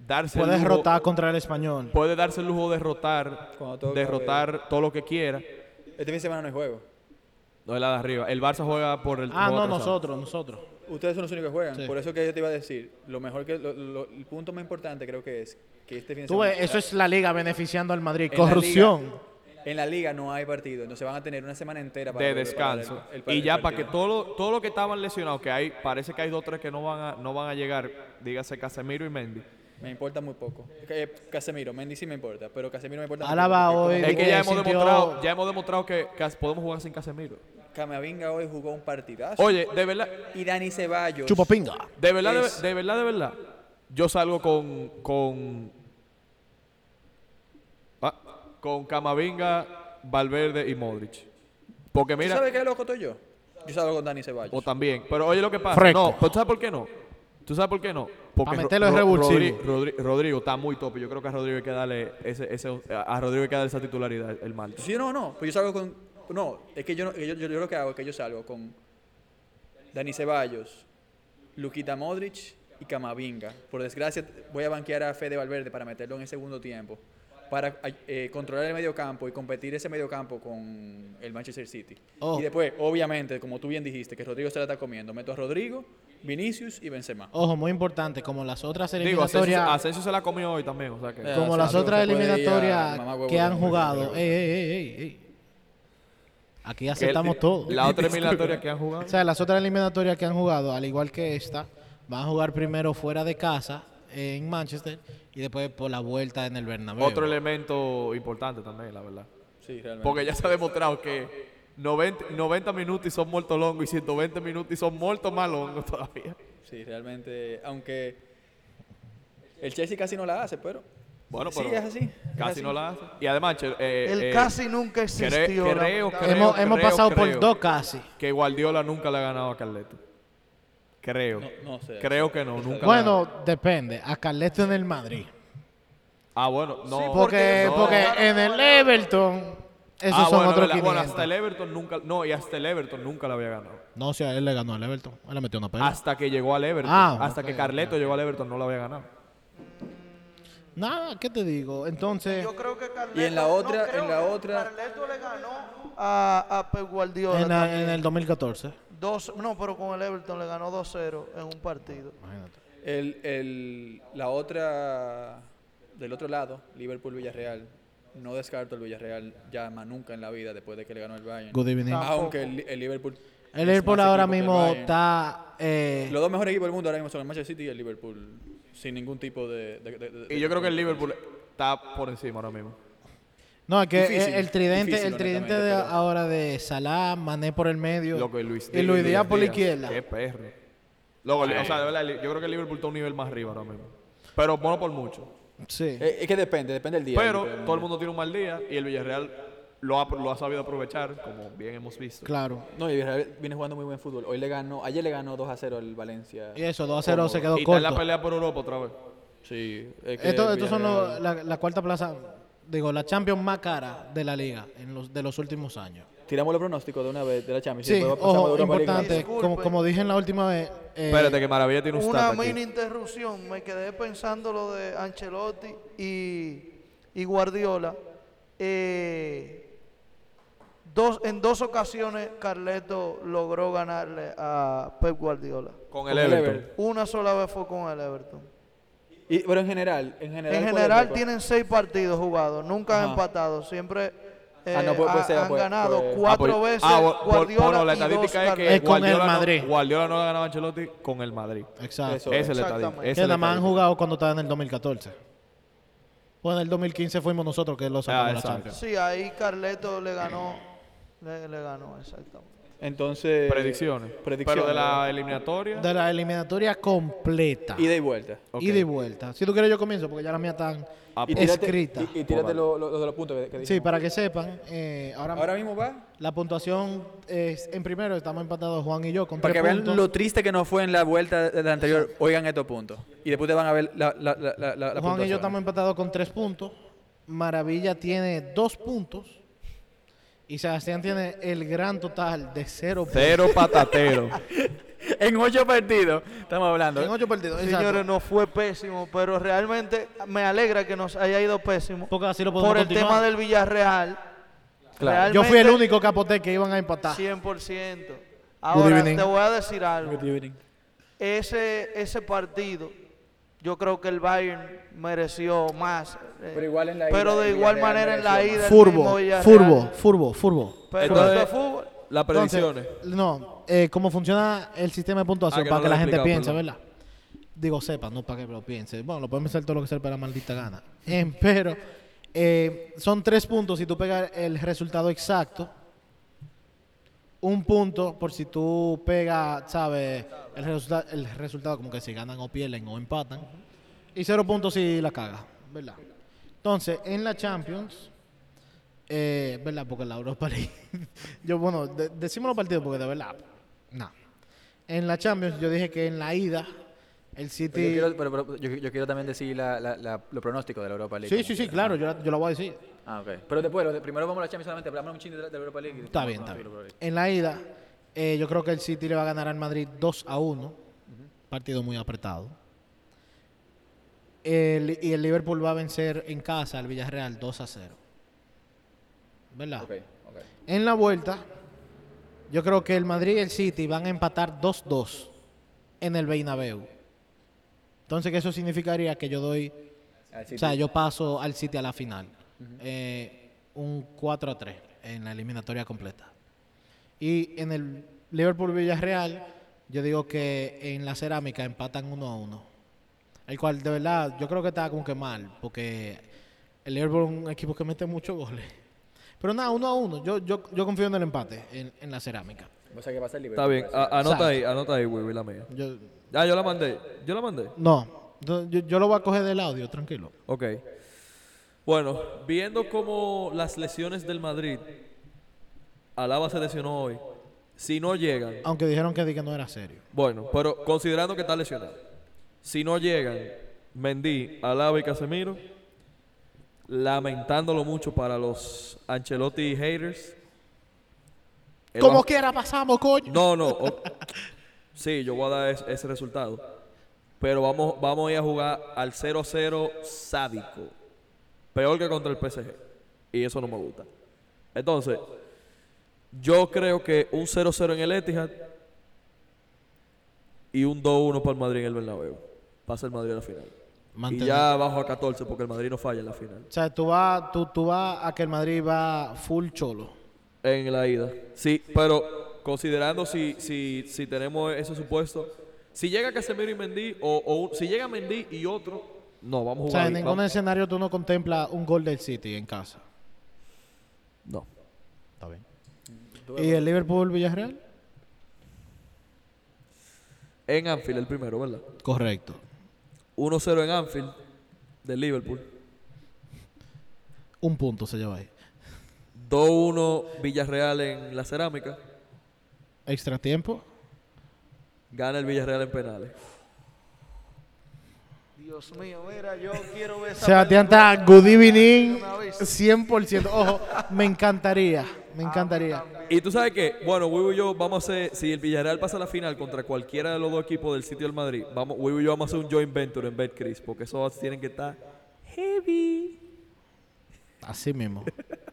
Speaker 6: darse
Speaker 3: Puedes
Speaker 6: el lujo,
Speaker 3: rotar contra el español.
Speaker 6: puede darse el lujo de derrotar,
Speaker 5: Cuando toca,
Speaker 6: derrotar todo lo que quiera.
Speaker 5: Este fin de semana no hay juego.
Speaker 6: No es la de arriba. El Barça juega por el
Speaker 3: Ah,
Speaker 6: juego
Speaker 3: no,
Speaker 6: atrasado.
Speaker 3: nosotros, nosotros.
Speaker 5: Ustedes son los únicos que juegan,
Speaker 3: Sí.
Speaker 5: por eso que yo te iba a decir, lo mejor que lo- lo- el punto más importante creo que es que este fin de
Speaker 3: Tú
Speaker 5: semana
Speaker 3: ves, eso es la liga beneficiando al Madrid.
Speaker 5: en la
Speaker 3: Corrupción.
Speaker 5: liga- en la liga no hay partido, entonces van a tener una semana entera para
Speaker 6: de
Speaker 5: preparar el-
Speaker 6: descanso.
Speaker 5: el-
Speaker 6: y
Speaker 5: el
Speaker 6: ya para
Speaker 5: partido.
Speaker 6: que todo lo, todo lo que estaban lesionados, que hay, parece que hay dos o tres que no van a, no van a llegar, dígase Casemiro y Mendy.
Speaker 5: Me importa muy poco. Eh, Casemiro, Mendy sí me importa, pero Casemiro me importa muy
Speaker 3: Alaba
Speaker 5: poco, porque
Speaker 3: hoy.
Speaker 5: como-
Speaker 6: Es que ya hemos
Speaker 3: eh, sintió-
Speaker 6: demostrado, ya hemos demostrado que, que podemos jugar sin Casemiro.
Speaker 5: Camavinga hoy jugó un partidazo.
Speaker 6: Oye, de verdad,
Speaker 5: Y Dani Ceballos.
Speaker 3: Chupapinga.
Speaker 6: de verdad, de,
Speaker 5: Es-
Speaker 6: de verdad, de verdad. Yo salgo con con ah, con Camavinga, Valverde y Modric. Porque
Speaker 5: ¿Tú
Speaker 6: mira,
Speaker 5: sabes qué loco estoy yo? Yo salgo con Dani Ceballos.
Speaker 6: o también, pero oye lo que pasa,
Speaker 3: Fresco.
Speaker 6: no, pero ¿tú sabes por qué no? ¿Tú sabes por qué no? Porque
Speaker 3: Pa'
Speaker 6: Ro-
Speaker 3: meterlo en
Speaker 6: Ro-
Speaker 3: revulsivo.
Speaker 6: Rodri- Rodri- Rodrigo está muy top. Yo creo que a Rodrigo hay que darle ese, ese- a Rodrigo hay que darle esa titularidad el mal.
Speaker 5: Sí, no, no. Pues yo salgo con. No, es que yo, no- yo, yo- yo lo que hago es que yo salgo con Dani Ceballos, Luquita Modric y Camavinga. Por desgracia, voy a banquear a Fede Valverde para meterlo en el segundo tiempo. Para eh, controlar el medio campo y competir ese medio campo con el Manchester City.
Speaker 3: Oh.
Speaker 5: Y después, obviamente, como tú bien dijiste, que Rodrigo se la está comiendo, meto a Rodrigo, Vinicius y Benzema.
Speaker 3: Ojo, muy importante, como las otras
Speaker 6: Digo, Asensio,
Speaker 3: eliminatorias,
Speaker 6: Asensio se la comió hoy también, o sea que.
Speaker 5: Eh,
Speaker 3: como
Speaker 5: Asensio
Speaker 3: las
Speaker 5: se
Speaker 3: otras
Speaker 5: puede ir a
Speaker 3: eliminatorias
Speaker 5: mamá huevo
Speaker 3: que
Speaker 5: de
Speaker 3: han
Speaker 5: Madrid,
Speaker 3: jugado.
Speaker 5: pero-
Speaker 3: Ey, ey, ey, ey, ey. Aquí
Speaker 6: que el-
Speaker 3: aceptamos todo.
Speaker 6: La otra eliminatoria que han jugado.
Speaker 3: O sea, las otras eliminatorias que han jugado, al igual que esta, van a jugar primero fuera de casa eh, en Manchester y después por la vuelta en el Bernabéu.
Speaker 6: Otro elemento importante también, la verdad.
Speaker 5: Sí, realmente.
Speaker 6: Porque ya se ha demostrado que 90, 90 minutos y son muertos longos y 120 minutos y son muertos más longos todavía.
Speaker 5: Sí, realmente. Aunque el Chelsea casi no la hace, pero.
Speaker 6: Bueno,
Speaker 5: sí,
Speaker 6: pero
Speaker 5: es así. es
Speaker 6: casi
Speaker 5: así.
Speaker 6: no la hace. Y además, che- eh,
Speaker 2: Él
Speaker 6: eh,
Speaker 2: casi nunca
Speaker 6: cre-
Speaker 2: existió.
Speaker 6: creo,
Speaker 2: lamentablemente.
Speaker 6: creo,
Speaker 3: hemos hemos
Speaker 6: creo,
Speaker 3: pasado por
Speaker 6: creo
Speaker 3: dos casi.
Speaker 6: Que Guardiola nunca le ha ganado a Carleto. Creo.
Speaker 5: No, no sé.
Speaker 6: Creo que no, nunca. le ha
Speaker 3: Bueno, depende. A Carleto en el Madrid.
Speaker 6: ganado. Ah, bueno, no.
Speaker 3: Porque,
Speaker 6: no.
Speaker 3: porque en el Everton, esos
Speaker 6: Ah,
Speaker 3: son
Speaker 6: bueno,
Speaker 3: otros
Speaker 6: verdad.
Speaker 3: 500.
Speaker 6: Bueno, hasta el Everton nunca. No, y hasta el Everton nunca la había ganado.
Speaker 3: No, si a él le ganó al Everton. Él le metió una pelota.
Speaker 6: Hasta que llegó al Everton.
Speaker 3: Ah,
Speaker 6: hasta
Speaker 3: ok,
Speaker 6: que Carleto llegó al Everton no la había ganado.
Speaker 3: Nada, ¿qué te digo? Entonces,
Speaker 2: Yo creo que Carleto,
Speaker 5: Y en la
Speaker 2: no
Speaker 5: otra-
Speaker 2: creo
Speaker 5: en la
Speaker 2: que
Speaker 5: otra-
Speaker 2: Carleto le ganó a, a Pep Guardiola.
Speaker 3: en, la-
Speaker 2: también.
Speaker 3: en el 2014.
Speaker 2: Dos, no, pero con el Everton le ganó 2-0 en un partido.
Speaker 5: El, el- la otra, del otro lado, Liverpool-Villarreal, no descarto el Villarreal ya más nunca en la vida después de que le ganó el Bayern.
Speaker 3: Good evening.
Speaker 2: Ah,
Speaker 5: Aunque el, el Liverpool...
Speaker 3: El
Speaker 5: es
Speaker 3: Liverpool
Speaker 5: más
Speaker 3: ahora
Speaker 5: equipo que el
Speaker 3: mismo
Speaker 5: Bayern.
Speaker 3: está... eh,
Speaker 5: Los dos mejores equipos del mundo ahora mismo son el Manchester City y el Liverpool, sin ningún tipo de... de- de- de-
Speaker 6: Y yo creo que el Liverpool está por encima ahora mismo.
Speaker 3: No, es que
Speaker 5: Difícil,
Speaker 3: el- el tridente,
Speaker 5: difícil,
Speaker 3: el tridente de
Speaker 5: honestamente, pero-
Speaker 3: ahora de Salah, Mané por el medio
Speaker 6: Loco, y Luis
Speaker 3: y Luis Díaz por la izquierda.
Speaker 6: Qué perro. Loco, o sea, de verdad, yo creo que el Liverpool está un nivel más arriba ahora mismo. Pero bueno por mucho.
Speaker 3: Sí.
Speaker 5: Eh, es que depende, depende del día.
Speaker 6: Pero
Speaker 5: literalmente.
Speaker 6: todo el mundo tiene un mal día y el Villarreal lo ha, lo ha sabido aprovechar, como bien hemos visto.
Speaker 3: Claro.
Speaker 5: No, y Villarreal viene jugando muy buen fútbol. Hoy le ganó, ayer le ganó 2 a 0 al Valencia.
Speaker 3: Y eso, 2 a 0 se quedó
Speaker 6: Y está en la
Speaker 3: corto.
Speaker 6: pelea por Europa otra vez.
Speaker 5: Sí. es que
Speaker 3: Estos estos son
Speaker 5: Villarreal-
Speaker 3: los- la, la cuarta plaza, digo, la Champions más cara de la liga en los, de los últimos años.
Speaker 5: Tiramos los pronósticos de una vez de la Champions.
Speaker 3: Sí,
Speaker 5: Después pasamos de
Speaker 3: ojo,
Speaker 5: Europa League.
Speaker 3: importante,
Speaker 2: Disculpe.
Speaker 3: como, como dije en la última vez, eh,
Speaker 6: Espérate, que Maravilla tiene un
Speaker 2: Una
Speaker 6: stat aquí.
Speaker 2: mini interrupción, me quedé pensando lo de Ancelotti y, y Guardiola. Eh, dos, en dos ocasiones Carleto logró ganarle a Pep Guardiola.
Speaker 6: Con
Speaker 5: Con
Speaker 6: el
Speaker 5: el
Speaker 6: Everton.
Speaker 5: Everton.
Speaker 2: Una sola vez fue con el Everton.
Speaker 5: Y, pero en general, en general.
Speaker 2: En
Speaker 5: ¿cuál es
Speaker 2: general
Speaker 5: el-
Speaker 2: tienen seis partidos jugados, nunca han
Speaker 5: Ajá.
Speaker 2: empatado, siempre eh,
Speaker 5: Ah, no, pues- pues
Speaker 2: ha-
Speaker 5: sea,
Speaker 2: han
Speaker 5: pues-
Speaker 2: ganado
Speaker 5: pues-
Speaker 2: cuatro
Speaker 6: Ah, pues-
Speaker 2: veces
Speaker 6: ah, bu- bu-
Speaker 2: Guardiola y
Speaker 6: bueno, la
Speaker 2: dos
Speaker 6: estadística es que
Speaker 2: Carleto.
Speaker 3: Es con el
Speaker 6: Guardiola no-
Speaker 3: Madrid.
Speaker 6: Guardiola no le ha ganado a Ancelotti con el Madrid.
Speaker 3: exacto.
Speaker 5: Eso
Speaker 6: Esa es la
Speaker 2: Exactamente.
Speaker 6: estadística.
Speaker 3: Que
Speaker 6: esa es la
Speaker 3: nada más han
Speaker 6: estadística.
Speaker 3: jugado cuando estaba en el 2014. Pues en el 2015 fuimos nosotros que lo sacamos
Speaker 6: Ah,
Speaker 3: a la
Speaker 6: exacto.
Speaker 3: Champions.
Speaker 2: Sí, ahí Carleto le ganó, le, le ganó, exactamente.
Speaker 5: Entonces.
Speaker 6: Predicciones.
Speaker 5: Predicciones.
Speaker 6: Pero de la eliminatoria.
Speaker 3: De la eliminatoria completa.
Speaker 5: Ida y vuelta.
Speaker 6: Ok.
Speaker 3: Ida y vuelta. Si tú quieres yo comienzo porque ya las mías están
Speaker 6: Ah,
Speaker 5: Y
Speaker 6: pues.
Speaker 5: tírate-
Speaker 3: escritas.
Speaker 5: Y, y tírate lo- lo- lo de los puntos que, que
Speaker 3: Sí,
Speaker 5: dijimos.
Speaker 3: para que sepan, eh, ahora,
Speaker 5: Ahora mismo va.
Speaker 3: la puntuación es en primero, estamos empatados Juan y yo con
Speaker 5: Para que
Speaker 3: tres
Speaker 5: vean
Speaker 3: puntos.
Speaker 5: lo triste que nos fue en la vuelta de la anterior, oigan estos puntos. Y después te van a ver la, la, la, la, la-
Speaker 3: Juan y
Speaker 5: la
Speaker 3: yo
Speaker 5: puntuación.
Speaker 3: estamos empatados con tres puntos. Maravilla tiene dos puntos. Y Sebastián tiene el gran total de cero puntos.
Speaker 6: Cero patatero.
Speaker 5: En ocho partidos estamos hablando.
Speaker 3: En ocho partidos. exacto.
Speaker 2: Señores, no fue pésimo, pero realmente me alegra que nos haya ido pésimo
Speaker 3: Porque así lo podemos
Speaker 2: por el
Speaker 3: continuar.
Speaker 2: tema del Villarreal.
Speaker 5: Claro.
Speaker 3: Yo fui el
Speaker 2: Realmente,
Speaker 3: único capote que iban a empatar.
Speaker 2: 100%. Ahora
Speaker 3: evening.
Speaker 2: te voy a decir algo. Ese ese partido yo creo que el Bayern mereció más. eh,
Speaker 5: Pero igual en la
Speaker 2: pero
Speaker 5: ida,
Speaker 2: de
Speaker 5: el
Speaker 2: igual
Speaker 5: Villarreal
Speaker 2: manera en la
Speaker 5: mereció
Speaker 2: ida el mismo
Speaker 3: Furbo,
Speaker 2: Villarreal.
Speaker 3: furbo, furbo, furbo.
Speaker 2: Pero
Speaker 1: Entonces,
Speaker 2: esto es fútbol.
Speaker 1: Las
Speaker 3: Entonces,
Speaker 1: predicciones.
Speaker 3: no, eh, cómo funciona el sistema de puntuación
Speaker 1: Ah, que
Speaker 3: para
Speaker 1: no
Speaker 3: que
Speaker 1: lo
Speaker 3: la
Speaker 1: he
Speaker 3: gente
Speaker 1: explicado,
Speaker 3: piense, ¿verdad? Digo, sepa, no para que lo piense. Bueno, lo podemos hacer todo lo que sepa la maldita gana. Em, pero eh, son tres puntos si tú pegas el resultado exacto. Un punto por si tú pegas, ¿sabes? El, resulta- el resultado como que si ganan o pierden o empatan. Y cero puntos si la cagas, ¿verdad? Entonces, en la Champions, eh, ¿verdad? Porque la Europa League. yo, bueno, de- decimos los partidos porque de verdad. No. En la Champions, yo dije que en la ida, el City.
Speaker 5: Yo quiero, pero, pero yo, yo quiero también decir la, la, la- los pronósticos de la Europa League.
Speaker 3: sí, sí, sí, claro, yo, la- yo lo voy a decir.
Speaker 5: Ah, ok. Pero después, lo de- primero vamos a la Champions solamente, hablamos un chingo de la, de la Europa League. y
Speaker 3: Está
Speaker 5: después
Speaker 3: bien, está
Speaker 5: vamos a
Speaker 3: bien.
Speaker 5: la Europa League.
Speaker 3: En la ida, eh, yo creo que el City le va a ganar al Madrid 2 a 1. Partido muy apretado. El- y el Liverpool va a vencer en casa al Villarreal 2 a 0. ¿Verdad?
Speaker 5: Ok, ok.
Speaker 3: En la vuelta, yo creo que el Madrid y el City van a empatar 2-2 en el Bernabéu. Entonces, que eso significaría que yo doy,
Speaker 5: Al
Speaker 3: o sea,
Speaker 5: City.
Speaker 3: yo paso al City a la final. Eh, un 4-3 en la eliminatoria completa. Y en el Liverpool-Villarreal, yo digo que en la cerámica empatan 1-1. El cual, de verdad, yo creo que está como que mal, porque el Liverpool es un equipo que mete muchos goles. Pero nada, uno a uno. Yo, yo, yo confío en el empate, en, en la cerámica.
Speaker 5: O sea, que pasa el
Speaker 1: Está
Speaker 5: Liverpool.
Speaker 1: bien. ah. a- anota
Speaker 3: Exacto.
Speaker 1: ahí, anota ahí, Wiwi, la mía.
Speaker 3: Yo,
Speaker 1: Ah, yo la mandé. Yo la mandé.
Speaker 3: no, yo, yo- yo lo voy a coger del audio, tranquilo.
Speaker 1: Ok. Bueno, viendo como las lesiones del Madrid, Alaba se lesionó hoy. Si no llegan,
Speaker 3: Aunque dijeron que, di que no era serio.
Speaker 1: bueno, pero considerando que está lesionado, si no llegan Mendy, Alaba y Casemiro, lamentándolo mucho para los Ancelotti haters. él
Speaker 3: Como
Speaker 1: va-
Speaker 3: quiera pasamos, coño.
Speaker 1: No, no. o- sí, yo voy a dar es- ese resultado. Pero vamos, vamos a ir a jugar al 0-0 sádico. Peor que contra el PSG. Y eso no me gusta. Entonces, yo creo que un 0-0 en el Etihad y un 2-1 para el Madrid en el Bernabéu. Pasa el Madrid a la final.
Speaker 3: Mantener-
Speaker 1: Y ya bajo a 14 porque el Madrid no falla en la final.
Speaker 3: O sea, tú vas tú, tú vas a que el Madrid va full cholo.
Speaker 1: En la ida. Sí, pero considerando si, si, si tenemos ese supuesto, si llega Casemiro y Mendy, o, o un- si llega Mendy y otro, no, vamos a
Speaker 3: O
Speaker 1: jugar.
Speaker 3: sea, en
Speaker 1: bien,
Speaker 3: ningún
Speaker 1: vamos-
Speaker 3: escenario tú no contemplas un gol del City en casa.
Speaker 1: No.
Speaker 3: Está bien. ¿Y el Liverpool Villarreal?
Speaker 1: En Anfield, el primero, ¿verdad?
Speaker 3: Correcto.
Speaker 1: 1-0 en Anfield, del Liverpool.
Speaker 3: Un punto se lleva ahí.
Speaker 1: 2-1 Villarreal en la cerámica.
Speaker 3: Extra tiempo.
Speaker 1: Gana el Villarreal en penales.
Speaker 2: Dios mío, mira, yo quiero ver esa
Speaker 3: Sebastián
Speaker 2: película.
Speaker 3: está good evening
Speaker 2: Una vez.
Speaker 3: 100%. Ojo, me encantaría. Me encantaría.
Speaker 1: Y tú sabes que, bueno, Wibu y yo vamos a hacer, si el Villarreal pasa a la final contra cualquiera de los dos equipos del sitio del Madrid, vamos, Wibu y yo vamos a hacer un joint venture en BetCris, porque esos tienen que estar heavy.
Speaker 3: Así mismo.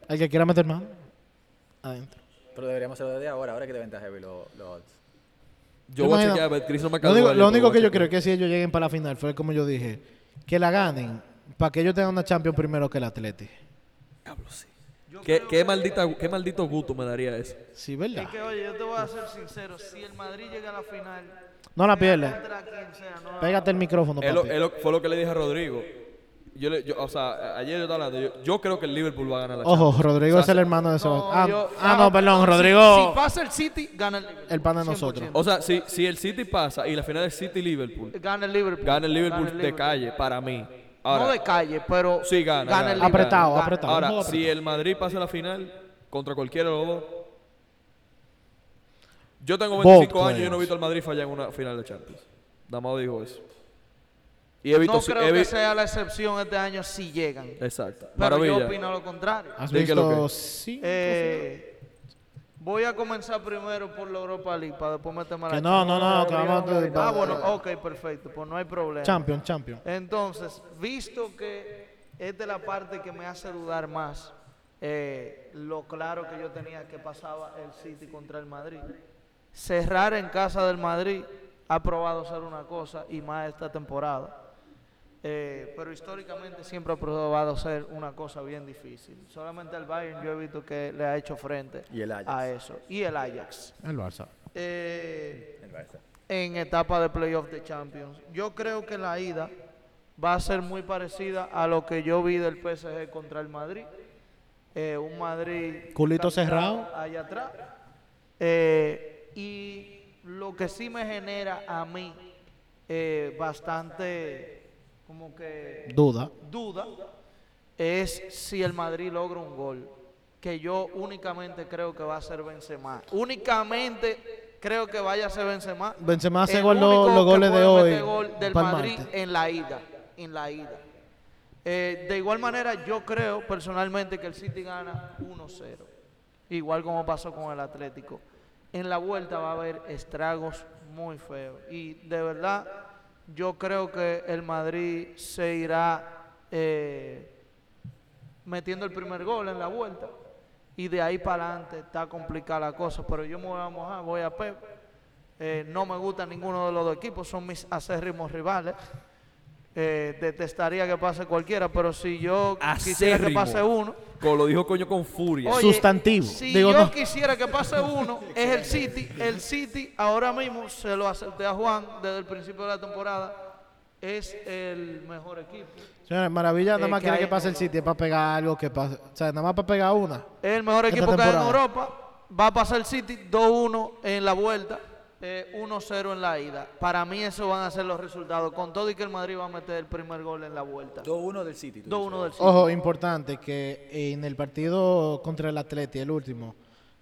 Speaker 3: El que quiera meter mano, adentro.
Speaker 7: Pero deberíamos hacerlo desde ahora, ahora que te ventaja heavy los lo odds.
Speaker 1: Yo
Speaker 3: ¿Te
Speaker 1: voy a
Speaker 3: imaginas?
Speaker 1: chequear, BetCris no me
Speaker 3: Lo
Speaker 1: calcula,
Speaker 3: único, lo
Speaker 1: pero
Speaker 3: único
Speaker 1: voy
Speaker 3: que
Speaker 1: a
Speaker 3: yo creo
Speaker 1: chequear.
Speaker 3: es que si ellos lleguen para la final, fue como yo dije, que la ganen, para que ellos tengan una Champions primero que el Atleti.
Speaker 1: Diablo, sí. ¿Qué, qué maldita, ¿Qué maldito gusto me daría eso?
Speaker 3: Sí, ¿verdad?
Speaker 2: Es que, oye, yo te voy a ser sincero. Si el Madrid llega a la final,
Speaker 3: No la pierdes.
Speaker 2: contra quien sea, no la-
Speaker 3: Pégate el micrófono,
Speaker 1: Es lo-
Speaker 3: papi.
Speaker 1: es lo- fue lo que le dije a Rodrigo. Yo, le- yo- o sea, a- ayer yo estaba hablando, yo, yo creo que el Liverpool va a ganar la
Speaker 3: Ojo, Rodrigo es el hermano de Sebastián. Ah, ah, no, perdón,
Speaker 2: Si,
Speaker 3: Rodrigo.
Speaker 2: pasa el City, gana el Liverpool.
Speaker 3: El pan de nosotros.
Speaker 2: 100%.
Speaker 1: O sea, si, si el City pasa y la final es City-Liverpool,
Speaker 2: Gana el Liverpool.
Speaker 1: gana el Liverpool de
Speaker 2: Liverpool.
Speaker 1: calle, para mí.
Speaker 2: no
Speaker 1: Ahora,
Speaker 2: de calle, pero
Speaker 1: Sí, gana, gana.
Speaker 2: el Liverpool.
Speaker 3: Apretado,
Speaker 2: Gana.
Speaker 3: apretado.
Speaker 1: ahora,
Speaker 3: un juego
Speaker 1: si el Madrid pasa a la final contra cualquiera de los dos, yo tengo
Speaker 3: Bold
Speaker 1: 25 años y yo no he
Speaker 3: players.
Speaker 1: visto al Madrid fallar en una final de Champions. Nada más dijo eso. Y he visto...
Speaker 2: No
Speaker 1: si-
Speaker 2: creo
Speaker 1: he
Speaker 2: que
Speaker 1: vi-
Speaker 2: sea la excepción este año si llegan.
Speaker 1: Exacto.
Speaker 2: Pero yo
Speaker 1: Maravilla.
Speaker 2: opino lo contrario.
Speaker 3: ¿Has
Speaker 1: di que lo
Speaker 3: visto
Speaker 1: que-
Speaker 3: cinco
Speaker 2: Eh, voy a comenzar primero por la Europa League para después meterme a la
Speaker 3: Que no, no, no, que vamos a-
Speaker 2: Ah, bueno, ok, perfecto. Pues no hay problema.
Speaker 3: Champions, Champions.
Speaker 2: Entonces, visto que esta es la parte que me hace dudar más, eh, lo claro que yo tenía que pasaba el City contra el Madrid. Cerrar en casa del Madrid ha probado ser una cosa y más esta temporada. Eh, pero históricamente siempre ha probado ser una cosa bien difícil. Solamente el Bayern yo he visto que le ha hecho frente
Speaker 7: Y el Ajax.
Speaker 2: a eso. Y el Ajax.
Speaker 3: El Barça.
Speaker 2: Eh,
Speaker 7: El Barça.
Speaker 2: en etapa de playoff de Champions. Yo creo que la ida va a ser muy parecida a lo que yo vi del PSG contra el Madrid. Eh, un Madrid... caminando
Speaker 3: Culito cerrado.
Speaker 2: Allá atrás. Eh, y lo que sí me genera a mí eh, bastante como que
Speaker 3: Duda.
Speaker 2: duda es si el Madrid logra un gol, que yo únicamente creo que va a ser Benzema. Únicamente creo que vaya a ser Benzema.
Speaker 3: Benzema hace
Speaker 2: El
Speaker 3: gol los-
Speaker 2: único
Speaker 3: los
Speaker 2: que
Speaker 3: goles de
Speaker 2: puede meter
Speaker 3: hoy
Speaker 2: gol del
Speaker 3: pa'l
Speaker 2: Madrid
Speaker 3: martes.
Speaker 2: en la ida, en la ida. Eh, de igual manera, yo creo personalmente que el City gana 1-0, igual como pasó con el Atlético. En la vuelta va a haber estragos muy feos. Y de verdad, yo creo que el Madrid se irá eh, metiendo el primer gol en la vuelta. Y de ahí para adelante está complicada la cosa. Pero yo me voy a mojar, voy a Pep. Eh, no me gusta ninguno de los dos equipos, son mis acérrimos rivales. Eh, detestaría que pase cualquiera, pero si yo quisiera que
Speaker 1: Acérrimo.
Speaker 2: pase uno.
Speaker 1: Co- Lo dijo coño con furia.
Speaker 2: Oye,
Speaker 3: Sustantivo.
Speaker 2: Si
Speaker 3: Digo,
Speaker 2: yo
Speaker 3: no.
Speaker 2: quisiera que pase uno, es el City. El City ahora mismo, se lo acepté a Juan desde el principio de la temporada, es el mejor equipo.
Speaker 3: Señores, Maravilla nada
Speaker 2: Eh,
Speaker 3: más
Speaker 2: que
Speaker 3: quiere
Speaker 2: hay-
Speaker 3: que pase el City es para pegar algo que pase. O sea, nada más para pegar una.
Speaker 2: Es el mejor
Speaker 3: Esta
Speaker 2: equipo que hay en
Speaker 3: temporada.
Speaker 2: Europa. Va a pasar el City 2-1 en la vuelta, eh, 1-0 en la ida. Para mí esos van a ser los resultados. Con todo y que el Madrid va a meter el primer gol en la vuelta.
Speaker 7: 2-1 del City. tú
Speaker 2: 2-1 del City.
Speaker 3: Ojo, importante, que en el partido contra el Atleti, el último,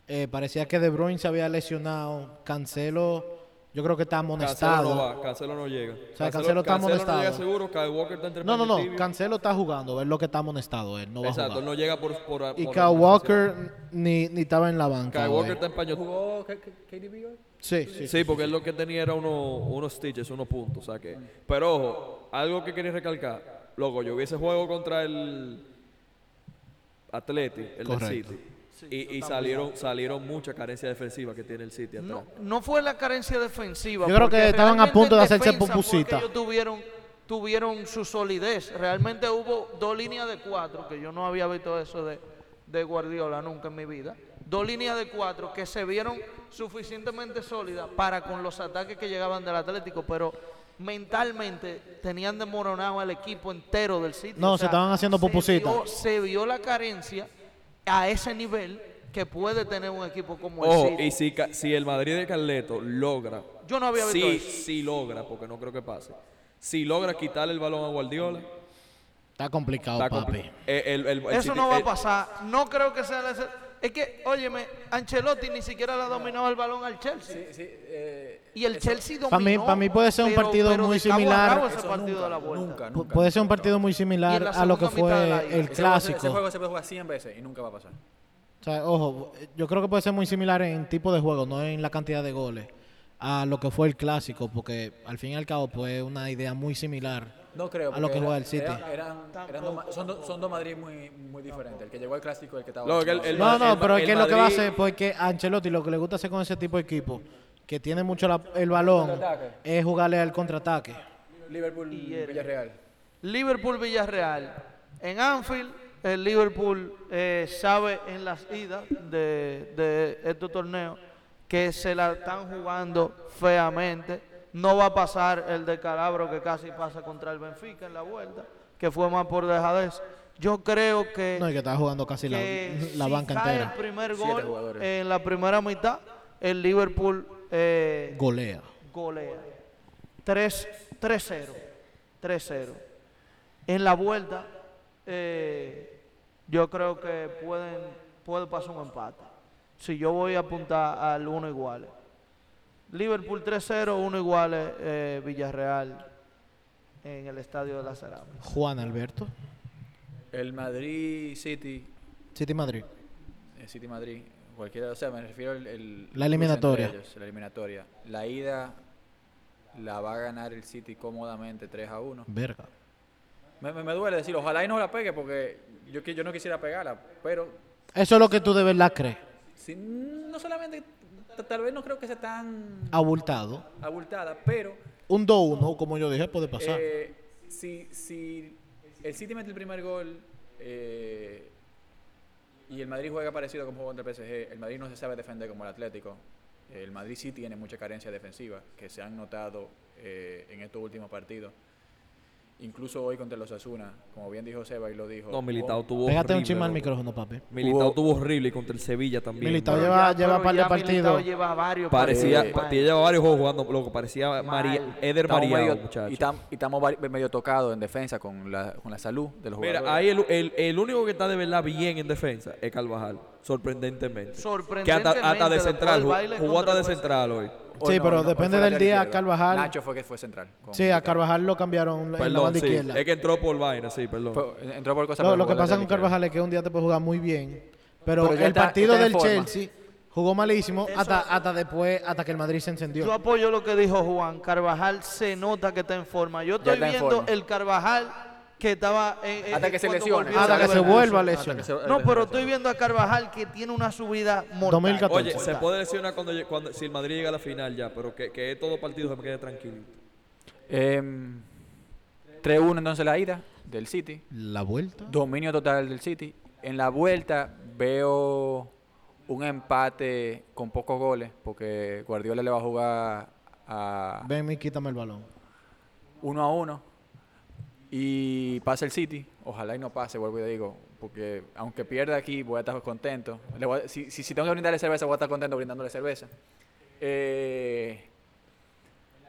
Speaker 3: eh, parecía que De Bruyne se había lesionado. Cancelo, yo creo que está
Speaker 1: Cancelo no
Speaker 3: amonestado.
Speaker 1: va, Cancelo no llega. O
Speaker 3: sea, Cancelo está
Speaker 1: no llega
Speaker 3: amonestado.
Speaker 1: seguro, Kyle Walker está entre
Speaker 3: No, no,
Speaker 1: paños
Speaker 3: no.
Speaker 1: tibios.
Speaker 3: Cancelo está jugando. Es lo que está amonestado. Él no va a
Speaker 1: Exacto,
Speaker 3: jugar.
Speaker 1: no llega por... por
Speaker 3: y
Speaker 1: por
Speaker 3: Kyle
Speaker 1: amonestación.
Speaker 3: Walker ni, ni estaba en la banca.
Speaker 1: Kyle
Speaker 3: hoy.
Speaker 1: Walker está en paño-
Speaker 7: ¿Jugó K- K- KDB hoy?
Speaker 3: Sí, sí.
Speaker 1: Sí, porque él lo que tenía era uno- unos stitches, unos puntos. O sea que, pero ojo, algo que quería recalcar. Loco, yo vi ese juego contra el Atleti, el del
Speaker 3: Correcto.
Speaker 1: City. Y, y salieron, salieron muchas carencias defensivas que tiene el City atrás.
Speaker 2: No, no fue la carencia defensiva.
Speaker 3: Yo creo
Speaker 2: porque
Speaker 3: que estaban a
Speaker 2: realmente
Speaker 3: punto de
Speaker 2: en
Speaker 3: hacerse
Speaker 2: defensa fue
Speaker 3: pupusita.
Speaker 2: que ellos tuvieron, tuvieron su solidez. Realmente hubo dos líneas de cuatro, que yo no había visto eso de, de Guardiola nunca en mi vida. Dos líneas de cuatro que se vieron suficientemente sólidas para con los ataques que llegaban del Atlético, pero mentalmente tenían desmoronado al equipo entero del sitio.
Speaker 3: No, se estaban haciendo pupusita.
Speaker 2: vio- se vio la carencia a ese nivel que puede tener un equipo como el
Speaker 1: Ojo,
Speaker 2: City.
Speaker 1: Oh, y si, Ca- si el Madrid de Carleto logra.
Speaker 2: Yo no había visto
Speaker 1: si,
Speaker 2: eso.
Speaker 1: si logra, porque no creo que pase. Si logra quitarle el balón a Guardiola,
Speaker 3: Está complicado,
Speaker 1: está
Speaker 3: papi.
Speaker 1: compli- eh, el- el- el
Speaker 2: Eso
Speaker 1: City-
Speaker 2: no va a
Speaker 1: eh,
Speaker 2: pasar. No creo que sea la... exce- Es que, óyeme, Ancelotti ni siquiera le ha dominado el balón al Chelsea.
Speaker 5: eh,
Speaker 2: y el Chelsea dominó.
Speaker 3: Pa' mí- pa' mí puede ser un
Speaker 2: pero-
Speaker 3: partido
Speaker 2: pero
Speaker 3: muy
Speaker 2: de cabo a
Speaker 3: similar.
Speaker 2: cabo ese
Speaker 5: Eso
Speaker 2: partido
Speaker 5: nunca,
Speaker 2: de la vuelta.
Speaker 5: Nunca,
Speaker 3: Pu-
Speaker 5: nunca,
Speaker 3: puede ser un
Speaker 5: nunca.
Speaker 3: partido muy
Speaker 2: Y en
Speaker 3: similar
Speaker 2: la
Speaker 3: a lo que
Speaker 2: segunda mitad de la
Speaker 3: fue
Speaker 2: liga.
Speaker 3: el
Speaker 2: Ese
Speaker 5: Ese juego- ese- Ese
Speaker 3: clásico.
Speaker 5: juego se puede jugar 100 veces y nunca va a pasar.
Speaker 3: O sea, ojo, yo creo que puede ser muy similar en tipo de juego, no en la cantidad de goles, a lo que fue el clásico, porque al fin y al cabo fue una idea muy similar.
Speaker 5: No creo.
Speaker 3: A lo
Speaker 5: porque
Speaker 3: que
Speaker 5: era-
Speaker 3: juega el City.
Speaker 5: era- eran- eran dos ma- son, dos- son dos Madrid muy, muy diferentes. El que llegó al clásico y el que estaba.
Speaker 1: Loco, el- el-
Speaker 3: No, no,
Speaker 1: el-
Speaker 3: pero es
Speaker 1: el
Speaker 3: que lo que va a
Speaker 1: Madrid-
Speaker 3: hacer, porque a Ancelotti lo que le gusta hacer con ese tipo de equipo, que tiene mucho la- el balón,
Speaker 5: Contraataque.
Speaker 3: es jugarle al contraataque.
Speaker 5: Liverpool,
Speaker 2: Y el-
Speaker 5: Villarreal.
Speaker 2: Liverpool-Villarreal. En Anfield, el Liverpool eh, sabe en las idas de, de estos torneos que se la están jugando feamente. No va a pasar el descalabro que casi pasa contra el Benfica en la vuelta, que fue más por dejadez. Yo creo que
Speaker 3: No, y que está jugando casi la,
Speaker 2: que
Speaker 3: la
Speaker 2: si
Speaker 3: banca
Speaker 2: cae
Speaker 3: entera.
Speaker 2: el primer
Speaker 5: Siete
Speaker 2: gol
Speaker 5: jugadores.
Speaker 2: en la primera mitad, el Liverpool eh,
Speaker 3: Golea.
Speaker 2: golea. Tres- 3-0. 3-0. En la vuelta, eh, yo creo que pueden, puede pasar un empate. Si yo voy a apuntar al 1 iguales. Liverpool 3-0, 1 iguales eh, Villarreal en el Estadio de la Cerámica.
Speaker 3: Juan Alberto,
Speaker 5: El Madrid City,
Speaker 3: City Madrid.
Speaker 5: el City Madrid, cualquiera, o sea, me refiero al el-
Speaker 3: La
Speaker 5: el cruce entre
Speaker 3: eliminatoria.
Speaker 5: ellos, la eliminatoria. La ida la va a ganar el City cómodamente 3 a 1.
Speaker 3: Verga.
Speaker 5: Me, me- me duele decir, ojalá y no la pegue porque yo, que- yo no quisiera pegarla, pero
Speaker 3: Eso es lo que tú de verdad crees.
Speaker 5: si- no solamente, t- tal vez no creo que sea tan
Speaker 3: Abultado.
Speaker 5: abultada, pero
Speaker 3: Un 2-1, como yo dije, puede pasar.
Speaker 5: eh, si, si el City mete el primer gol eh, y el Madrid juega parecido como jugó contra el PSG, el Madrid no se sabe defender como el Atlético. El Madrid sí tiene mucha carencia defensiva que se han notado eh, en estos últimos partidos. Incluso hoy contra los Asuna, como bien dijo Seba y lo dijo.
Speaker 1: No, Militao
Speaker 5: hubo-
Speaker 1: tuvo.
Speaker 3: Pégate un
Speaker 1: horrible,
Speaker 3: chisme al
Speaker 1: loco.
Speaker 3: micrófono, papi.
Speaker 1: Militao tuvo horrible y contra el Sevilla también.
Speaker 3: Militao
Speaker 1: man.
Speaker 3: lleva,
Speaker 2: Ya,
Speaker 3: lleva
Speaker 2: pero
Speaker 3: par de
Speaker 2: ya Militao
Speaker 3: partidos.
Speaker 2: lleva varios
Speaker 1: Parecía,
Speaker 5: Eh,
Speaker 2: partidos.
Speaker 1: pa- lleva varios juegos jugando, loco. Parecía María, Eder
Speaker 5: Estamos
Speaker 1: María,
Speaker 5: medio-
Speaker 1: muchacho.
Speaker 5: Y, tam- y estamos vari- medio tocados en defensa con la, con la salud de los jugadores.
Speaker 1: Mira, ahí el, el- el único que está de verdad bien en defensa es Carvajal, sorprendentemente. Que hasta,
Speaker 2: Sorprendentemente,
Speaker 1: hasta de
Speaker 2: después
Speaker 1: central,
Speaker 2: del baile
Speaker 1: ju- jugó
Speaker 2: contra
Speaker 1: hasta de
Speaker 2: el Barça.
Speaker 1: central hoy.
Speaker 5: Hoy
Speaker 3: Sí, pero
Speaker 5: hoy fue
Speaker 3: depende
Speaker 5: lateral
Speaker 3: del día,
Speaker 5: izquierdo.
Speaker 3: Carvajal-
Speaker 5: Nacho fue que fue central. con
Speaker 3: Sí, a
Speaker 5: Militao.
Speaker 3: Carvajal lo cambiaron en la
Speaker 1: Perdón,
Speaker 3: banda
Speaker 1: sí,
Speaker 3: izquierda.
Speaker 1: es que entró por vaina, sí, perdón.
Speaker 5: Fue- Pues, eh, entró por cosa
Speaker 3: Lo,
Speaker 5: pero
Speaker 3: lo que pasa
Speaker 5: jugó lateral
Speaker 3: con
Speaker 5: izquierdo.
Speaker 3: Carvajal es que un día te puede jugar muy bien, pero,
Speaker 5: Pero ya
Speaker 3: el
Speaker 5: está-
Speaker 3: partido
Speaker 5: está
Speaker 3: del
Speaker 5: en forma.
Speaker 3: Chelsea jugó malísimo hasta, hasta después, hasta que el Madrid se encendió.
Speaker 2: Yo apoyo lo que dijo Juan. Carvajal se nota que está en forma. Yo
Speaker 5: Ya
Speaker 2: estoy
Speaker 5: está en
Speaker 2: viendo
Speaker 5: forma.
Speaker 2: el Carvajal que estaba en, en-
Speaker 5: Hasta que se
Speaker 2: cuando
Speaker 5: lesione.
Speaker 2: volvió
Speaker 3: hasta
Speaker 2: de
Speaker 3: que se
Speaker 2: Leverkusen.
Speaker 3: vuelva a
Speaker 5: Hasta que
Speaker 3: lesionar.
Speaker 5: se-
Speaker 2: No, pero estoy viendo a Carvajal que tiene una subida mortal.
Speaker 3: 2014.
Speaker 1: Oye, se puede lesionar cuando, lle- cuando- si el Madrid llega a la final ya, pero que, que todos partidos se me quede tranquilo.
Speaker 5: Em, 3-1 entonces la ida del City.
Speaker 3: La vuelta.
Speaker 5: Dominio total del City. En la vuelta veo un empate con pocos goles porque Guardiola le va a jugar a
Speaker 3: Ven y quítame el balón.
Speaker 5: uno a uno y pasa el City. Ojalá y no pase, vuelvo y digo, porque aunque pierda aquí voy a estar contento. Le voy a- si, si, si tengo que brindarle cerveza, voy a estar contento brindándole cerveza. Eh,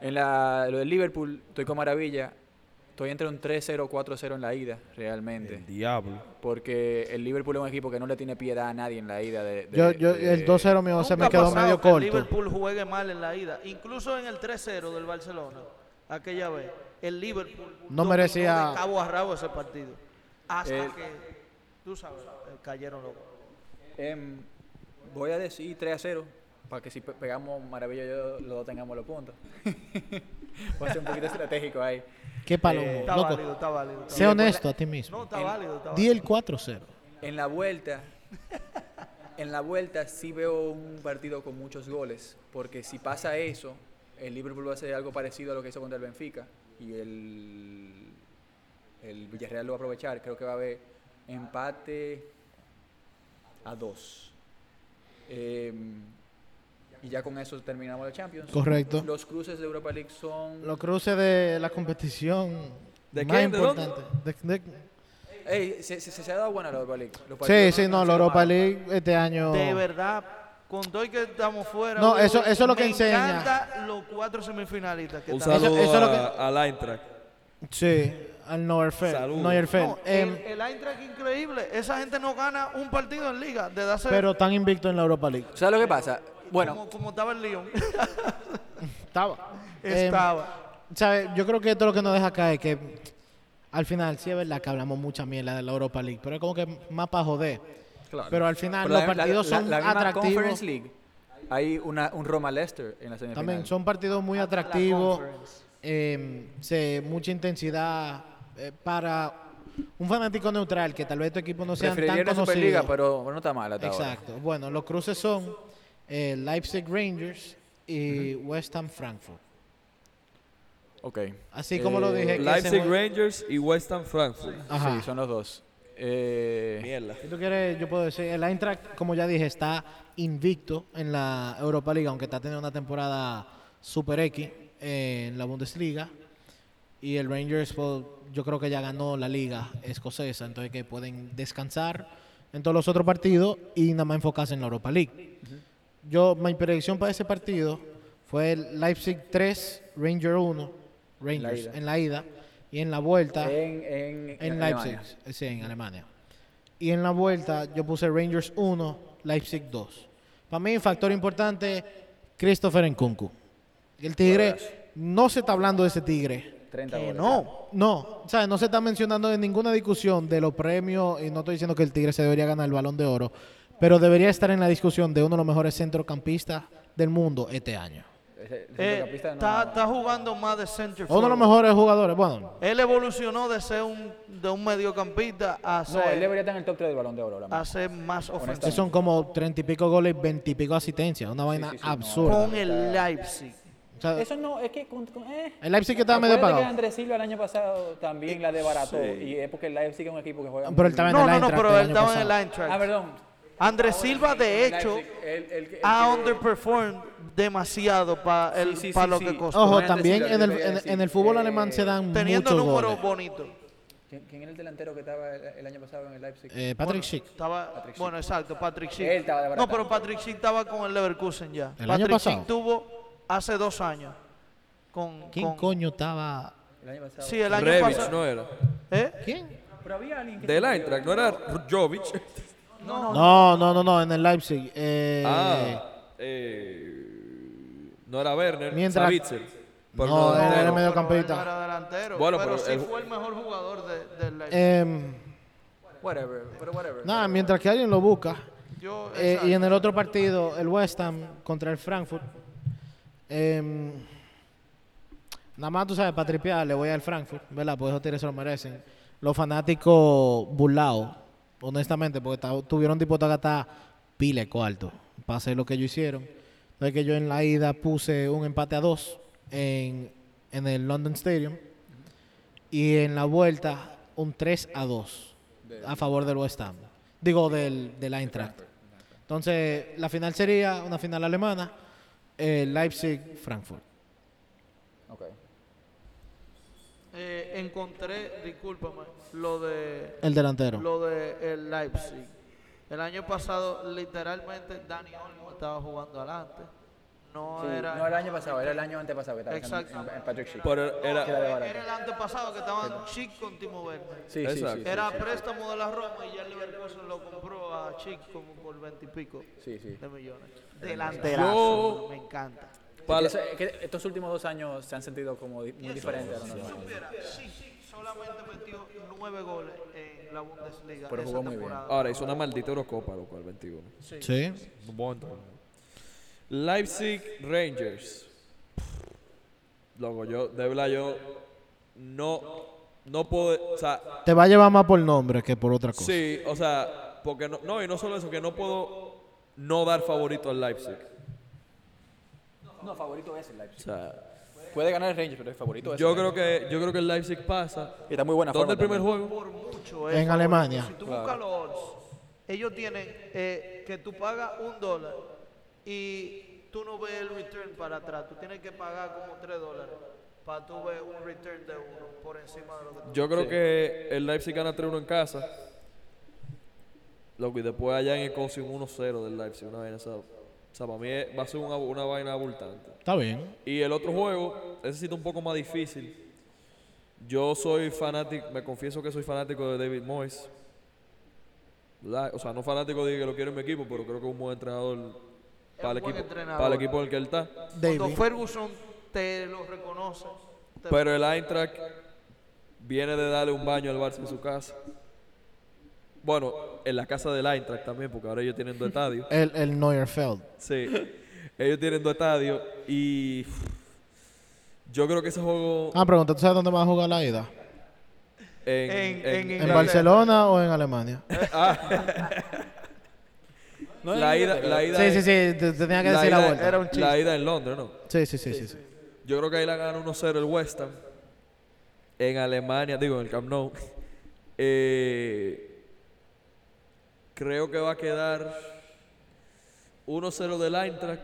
Speaker 5: en la, lo del Liverpool, estoy con maravilla. Estoy entre un 3-0, 4-0 en la ida, realmente.
Speaker 6: Diablo.
Speaker 5: Porque el Liverpool es un equipo que no le tiene piedad a nadie en la ida. De, de-
Speaker 3: Yo, yo,
Speaker 5: de-
Speaker 3: el 2-0 mío
Speaker 2: Nunca
Speaker 3: se me
Speaker 2: ha
Speaker 3: quedó
Speaker 2: pasado
Speaker 3: medio
Speaker 2: que el
Speaker 3: corto.
Speaker 2: Liverpool juegue mal en la ida. Incluso en el 3-0 del Barcelona, aquella vez, el Liverpool
Speaker 3: No
Speaker 2: dominó
Speaker 3: merecía-
Speaker 2: de cabo a rabo ese partido. Hasta
Speaker 5: Eh,
Speaker 2: que, tú sabes, eh, cayeron los goles.
Speaker 5: Em, voy a decir 3 a 0 para que si pe- pegamos maravilla yo los dos tengamos los puntos. Voy a ser un poquito estratégico ahí.
Speaker 3: Qué palomo,
Speaker 2: eh, Está válido,
Speaker 3: Eh, loco.
Speaker 2: está válido. está
Speaker 3: Sé
Speaker 2: válido.
Speaker 3: honesto a ti
Speaker 2: No,
Speaker 3: mismo.
Speaker 2: está válido, está
Speaker 3: Di
Speaker 2: válido.
Speaker 3: el 4-0.
Speaker 5: En la vuelta, en la vuelta sí veo un partido con muchos goles, porque si pasa eso, el Liverpool va a hacer algo parecido a lo que hizo contra el Benfica y el el Villarreal lo va a aprovechar. Creo que va a haber empate a dos. Em, y ya con eso terminamos la Champions.
Speaker 3: Correcto.
Speaker 5: Los cruces de Europa League son
Speaker 3: Los cruces de la competición
Speaker 1: ¿De
Speaker 3: más
Speaker 1: qué? ¿De dónde?
Speaker 3: importante. De- de-
Speaker 7: Ey, se, se- se- se ha dado buena la Europa League.
Speaker 2: Pues
Speaker 7: Los
Speaker 3: Sí,
Speaker 7: partidos
Speaker 3: sí, no,
Speaker 7: han
Speaker 3: la
Speaker 7: sido
Speaker 3: Europa
Speaker 7: malos.
Speaker 3: League este año.
Speaker 2: De verdad, con todo y que estamos fuera.
Speaker 3: No,
Speaker 2: Hugo,
Speaker 3: eso- eso es lo que
Speaker 2: me
Speaker 3: enseña.
Speaker 2: encantan los cuatro semifinalistas que
Speaker 1: Un
Speaker 2: están.
Speaker 1: saludo
Speaker 3: eso es lo que-
Speaker 1: a- al Eintracht.
Speaker 3: Sí, al Norfair.
Speaker 1: Saludos.
Speaker 2: No,
Speaker 3: Em,
Speaker 2: eh, el, el Eintracht increíble. Esa gente no gana un partido en liga desde hace.
Speaker 3: pero tan invicto en la Europa League.
Speaker 7: ¿Sabes lo que pasa? Bueno,
Speaker 2: como, como estaba el Lyon.
Speaker 3: Estaba. Em,
Speaker 2: estaba.
Speaker 3: ¿sabes? Yo creo que esto es lo que nos deja caer, que al final sí es verdad que hablamos mucha mierda de la Europa League, pero es como que más para joder.
Speaker 7: claro.
Speaker 3: Pero al final
Speaker 7: Pero
Speaker 3: los
Speaker 7: la- la-
Speaker 3: partidos
Speaker 7: la-
Speaker 3: son
Speaker 7: la misma
Speaker 3: atractivos.
Speaker 7: Conference League. Hay una, un Roma Leicester en la semifinal.
Speaker 3: También son partidos muy atractivos, eh, se- mucha intensidad eh, para un fanático neutral que tal vez tu equipo no sea tan
Speaker 7: Preferiría la Superliga,
Speaker 3: conocido.
Speaker 7: pero no está mala hasta ahora.
Speaker 3: Exacto. Bueno, los cruces son eh, Leipzig Rangers y West Ham Frankfurt.
Speaker 7: Ok.
Speaker 3: Así como lo
Speaker 7: Eh,
Speaker 3: dije. que se
Speaker 1: Leipzig
Speaker 3: jue-
Speaker 1: Rangers y West Ham Frankfurt.
Speaker 3: Ajá.
Speaker 7: Sí, son los dos. Eh,
Speaker 1: Mierda.
Speaker 3: Si tú quieres, yo puedo decir, el Eintracht, como ya dije, está invicto en la Europa League, aunque está teniendo una temporada super X eh, en la Bundesliga. Y el Rangers, pues, yo creo que ya ganó la liga escocesa, entonces que pueden descansar en todos los otros partidos y nada más enfocarse en la Europa League. Yo, mi predicción para ese partido fue el Leipzig 3, Ranger 1, Rangers
Speaker 7: ida.
Speaker 3: en la ida, y en la vuelta
Speaker 5: Eh,
Speaker 7: en, en,
Speaker 3: en Leipzig,
Speaker 7: Alemania.
Speaker 3: eh, sí, en Alemania. Y en la vuelta yo puse Rangers 1, Leipzig 2. Para mí, factor importante, Christopher Nkunku. El Tigre, no se está hablando de ese Tigre.
Speaker 7: 30
Speaker 2: Que
Speaker 7: goles.
Speaker 2: no.
Speaker 3: No, o sea, no se está mencionando en ninguna discusión de los premios, y no estoy diciendo que el Tigre se debería ganar el balón de oro, pero debería estar en la discusión de uno de los mejores centrocampistas del mundo este año.
Speaker 7: Ese- el
Speaker 2: Eh,
Speaker 7: centrocampista no-
Speaker 2: está, está jugando más de center
Speaker 3: O Uno de
Speaker 2: forward.
Speaker 3: los mejores jugadores, bueno,
Speaker 2: Él evolucionó de ser un, de un mediocampista a
Speaker 7: No, él
Speaker 2: ser,
Speaker 7: debería estar en el top 3 del balón de oro. ahora mismo.
Speaker 2: a ser más
Speaker 3: que
Speaker 2: ofensivo.
Speaker 3: son como treinta y pico goles, veintipico y pico asistencias, una vaina
Speaker 7: sí, sí, no.
Speaker 3: absurda.
Speaker 2: Con el Leipzig.
Speaker 3: O sea,
Speaker 2: eh,
Speaker 7: Eso no, es que. Con, con- eh.
Speaker 3: El Leipzig que estaba medio
Speaker 7: Acuérdate que
Speaker 3: pagado.
Speaker 7: Andrés Silva el año pasado también la debarató. Y es porque el Leipzig es un equipo que juega.
Speaker 3: Pero él
Speaker 7: muy bien.
Speaker 3: estaba en
Speaker 2: No,
Speaker 3: el
Speaker 2: no, no,
Speaker 3: Eintracht
Speaker 2: pero
Speaker 3: el
Speaker 2: él
Speaker 3: año
Speaker 2: estaba en el
Speaker 3: pasado.
Speaker 2: Eintracht.
Speaker 7: Ah, perdón.
Speaker 2: Andrés Silva, de
Speaker 7: El
Speaker 2: hecho,
Speaker 7: Leipzig, el- el- el-
Speaker 2: ha
Speaker 7: el-
Speaker 2: underperformed demasiado para
Speaker 7: Sí, sí,
Speaker 2: pa
Speaker 7: sí,
Speaker 2: lo
Speaker 7: sí.
Speaker 2: que costó.
Speaker 3: Ojo,
Speaker 7: Antes
Speaker 3: también
Speaker 7: sí lo
Speaker 3: en el,
Speaker 7: llegué a
Speaker 3: en,
Speaker 7: decir.
Speaker 3: en el fútbol
Speaker 7: Eh,
Speaker 3: alemán se dan
Speaker 2: Teniendo
Speaker 3: muchos
Speaker 2: números
Speaker 3: goles.
Speaker 2: bonitos.
Speaker 7: ¿Quién, quién era el delantero que estaba el, el año pasado en el Leipzig?
Speaker 3: Eh, Patrick Schick.
Speaker 2: Estaba, bueno, exacto, Patrick Schick.
Speaker 7: Él estaba
Speaker 2: no,
Speaker 7: desbaratado.
Speaker 2: pero Patrick Schick estaba con el Leverkusen ya.
Speaker 3: ¿El
Speaker 2: Patrick
Speaker 3: año pasado?
Speaker 2: Schick tuvo hace dos años. Con,
Speaker 3: ¿Quién
Speaker 2: con-
Speaker 3: coño estaba?
Speaker 7: El año pasado.
Speaker 2: Sí, el año
Speaker 1: Revic,
Speaker 2: pasado.
Speaker 1: no era.
Speaker 2: ¿Eh?
Speaker 3: ¿Quién?
Speaker 7: Pero había alguien que.
Speaker 1: Del Eintracht, no era Jovic.
Speaker 3: Eh. No, no, no, no, en el Leipzig. Eh,
Speaker 1: Ah, eh, no era Werner,
Speaker 3: Mientras-
Speaker 1: Savitzer. Pero
Speaker 3: no,
Speaker 1: no,
Speaker 3: él era
Speaker 1: delantero.
Speaker 2: Él no
Speaker 3: mediocampista.
Speaker 2: era delantero,
Speaker 1: Bueno,
Speaker 2: pero,
Speaker 1: pero
Speaker 2: sí
Speaker 1: el-
Speaker 2: fue el mejor jugador de, del Leipzig.
Speaker 3: Em,
Speaker 7: Whatever, pero whatever.
Speaker 3: nada, mientras que alguien lo busca.
Speaker 2: Yo,
Speaker 3: Eh,
Speaker 2: exacto.
Speaker 3: y en el otro partido, el West Ham contra el Frankfurt. em, nada más tú sabes, para tripear, le voy al Frankfurt, ¿verdad? Porque esos tigres se lo merecen. Los fanáticos burlados, honestamente, porque ta- tuvieron tipo que gastar pile cuarto para hacer lo que ellos hicieron. Entonces que yo en la ida puse un empate a dos en, en el London Stadium y en la vuelta un 3 a 2 a favor del West Ham. Digo, del, del Eintracht. Entonces, la final sería una final alemana, eh, Leipzig-Frankfurt.
Speaker 7: Ok.
Speaker 2: Eh, encontré, discúlpame, lo de
Speaker 3: El delantero.
Speaker 2: lo de el Leipzig. El año pasado literalmente Dani Olmo estaba jugando adelante. No
Speaker 7: Sí,
Speaker 2: era
Speaker 7: no el año pasado, era el año antepasado que estaba
Speaker 2: Exacto.
Speaker 7: en, en Patrick Schick.
Speaker 1: Pero era-
Speaker 7: Que la debarató.
Speaker 2: Era el antepasado que estaban Chic con Timo Werner.
Speaker 7: Sí, sí, sí,
Speaker 1: Exacto.
Speaker 7: sí,
Speaker 2: Era préstamo de la Roma y ya el Leverkusen lo compró a Chic como por 20 y pico
Speaker 7: sí, sí.
Speaker 2: de millones. Delanterazo, me encanta.
Speaker 1: Para-
Speaker 7: Es que estos últimos dos años se han sentido como di- muy diferentes. a lo normal.
Speaker 2: Mira, Chic solamente metió 9 goles en la Bundesliga
Speaker 7: Pero
Speaker 2: esa
Speaker 7: jugó muy bien.
Speaker 2: temporada.
Speaker 1: Ahora hizo una maldita Eurocopa, loco, el 21.
Speaker 3: Sí.
Speaker 1: Un buen torneo. Leipzig Rangers. Loco, yo, de verdad, yo no, no puedo, o sea,
Speaker 3: Te va a llevar más por nombre que por otra cosa.
Speaker 1: Sí, o sea, porque no, no, y no solo eso, que no puedo no dar favorito al Leipzig.
Speaker 7: No, favorito es el Leipzig.
Speaker 1: O sea,
Speaker 7: Puede ganar el Rangers, pero el favorito es
Speaker 1: yo
Speaker 7: el
Speaker 1: creo
Speaker 7: Leipzig.
Speaker 1: que yo creo que el Leipzig pasa.
Speaker 7: Y está muy buena
Speaker 1: ¿Dónde
Speaker 7: forma
Speaker 1: el primer
Speaker 7: también.
Speaker 1: juego?
Speaker 2: por mucho es
Speaker 3: En
Speaker 2: favorito.
Speaker 3: Alemania.
Speaker 2: Si tú buscas los odds, ellos tienen eh, que tú pagas un dólar y tú no ves el return para atrás. Tú tienes que pagar como tres dólares para tú ver un return de uno por encima de lo que tú-
Speaker 1: Yo creo que el Leipzig gana 3-1 en casa. Loco, y después allá en Escocia un 1-0 del Leipzig. Una vaina esa. O sea, para mí es- va a ser una, una vaina abultante.
Speaker 3: Está bien.
Speaker 1: Y el otro juego, ese sí está un poco más difícil. Yo soy fanático, me confieso que soy fanático de David Moyes. La- o sea, no fanático de que lo quiero en mi equipo, pero creo que es un buen entrenador para el,
Speaker 2: buen
Speaker 1: equipo,
Speaker 2: entrenador.
Speaker 1: para el equipo en el que él está.
Speaker 2: Cuando
Speaker 3: David.
Speaker 2: Ferguson te lo reconoce, te-
Speaker 1: Pero el Eintracht viene de darle un baño al Barça en su casa. Bueno, en la casa del Eintracht también, porque ahora ellos tienen dos estadios.
Speaker 3: El, el Neuerfeld.
Speaker 1: Sí. Ellos tienen dos estadios y yo creo que ese juego
Speaker 3: Ah, pregunta, ¿tú sabes dónde va a jugar la ida?
Speaker 1: en,
Speaker 2: en-
Speaker 1: en-
Speaker 2: en-
Speaker 3: ¿En
Speaker 2: Inglaterra.
Speaker 3: Barcelona o en Alemania?
Speaker 1: la ida, la ida
Speaker 3: Sí,
Speaker 1: es-
Speaker 3: sí, sí, te, te tenía que
Speaker 1: la
Speaker 3: decir la
Speaker 1: ida-
Speaker 3: vuelta.
Speaker 2: era un chiste.
Speaker 1: La ida en Londres, ¿no?
Speaker 3: Sí, sí, sí, sí, sí.
Speaker 1: Yo creo que ahí la gana 1-0 el West Ham. En Alemania, digo, en el Camp Nou. Eh, creo que va a quedar 1-0 del Eintracht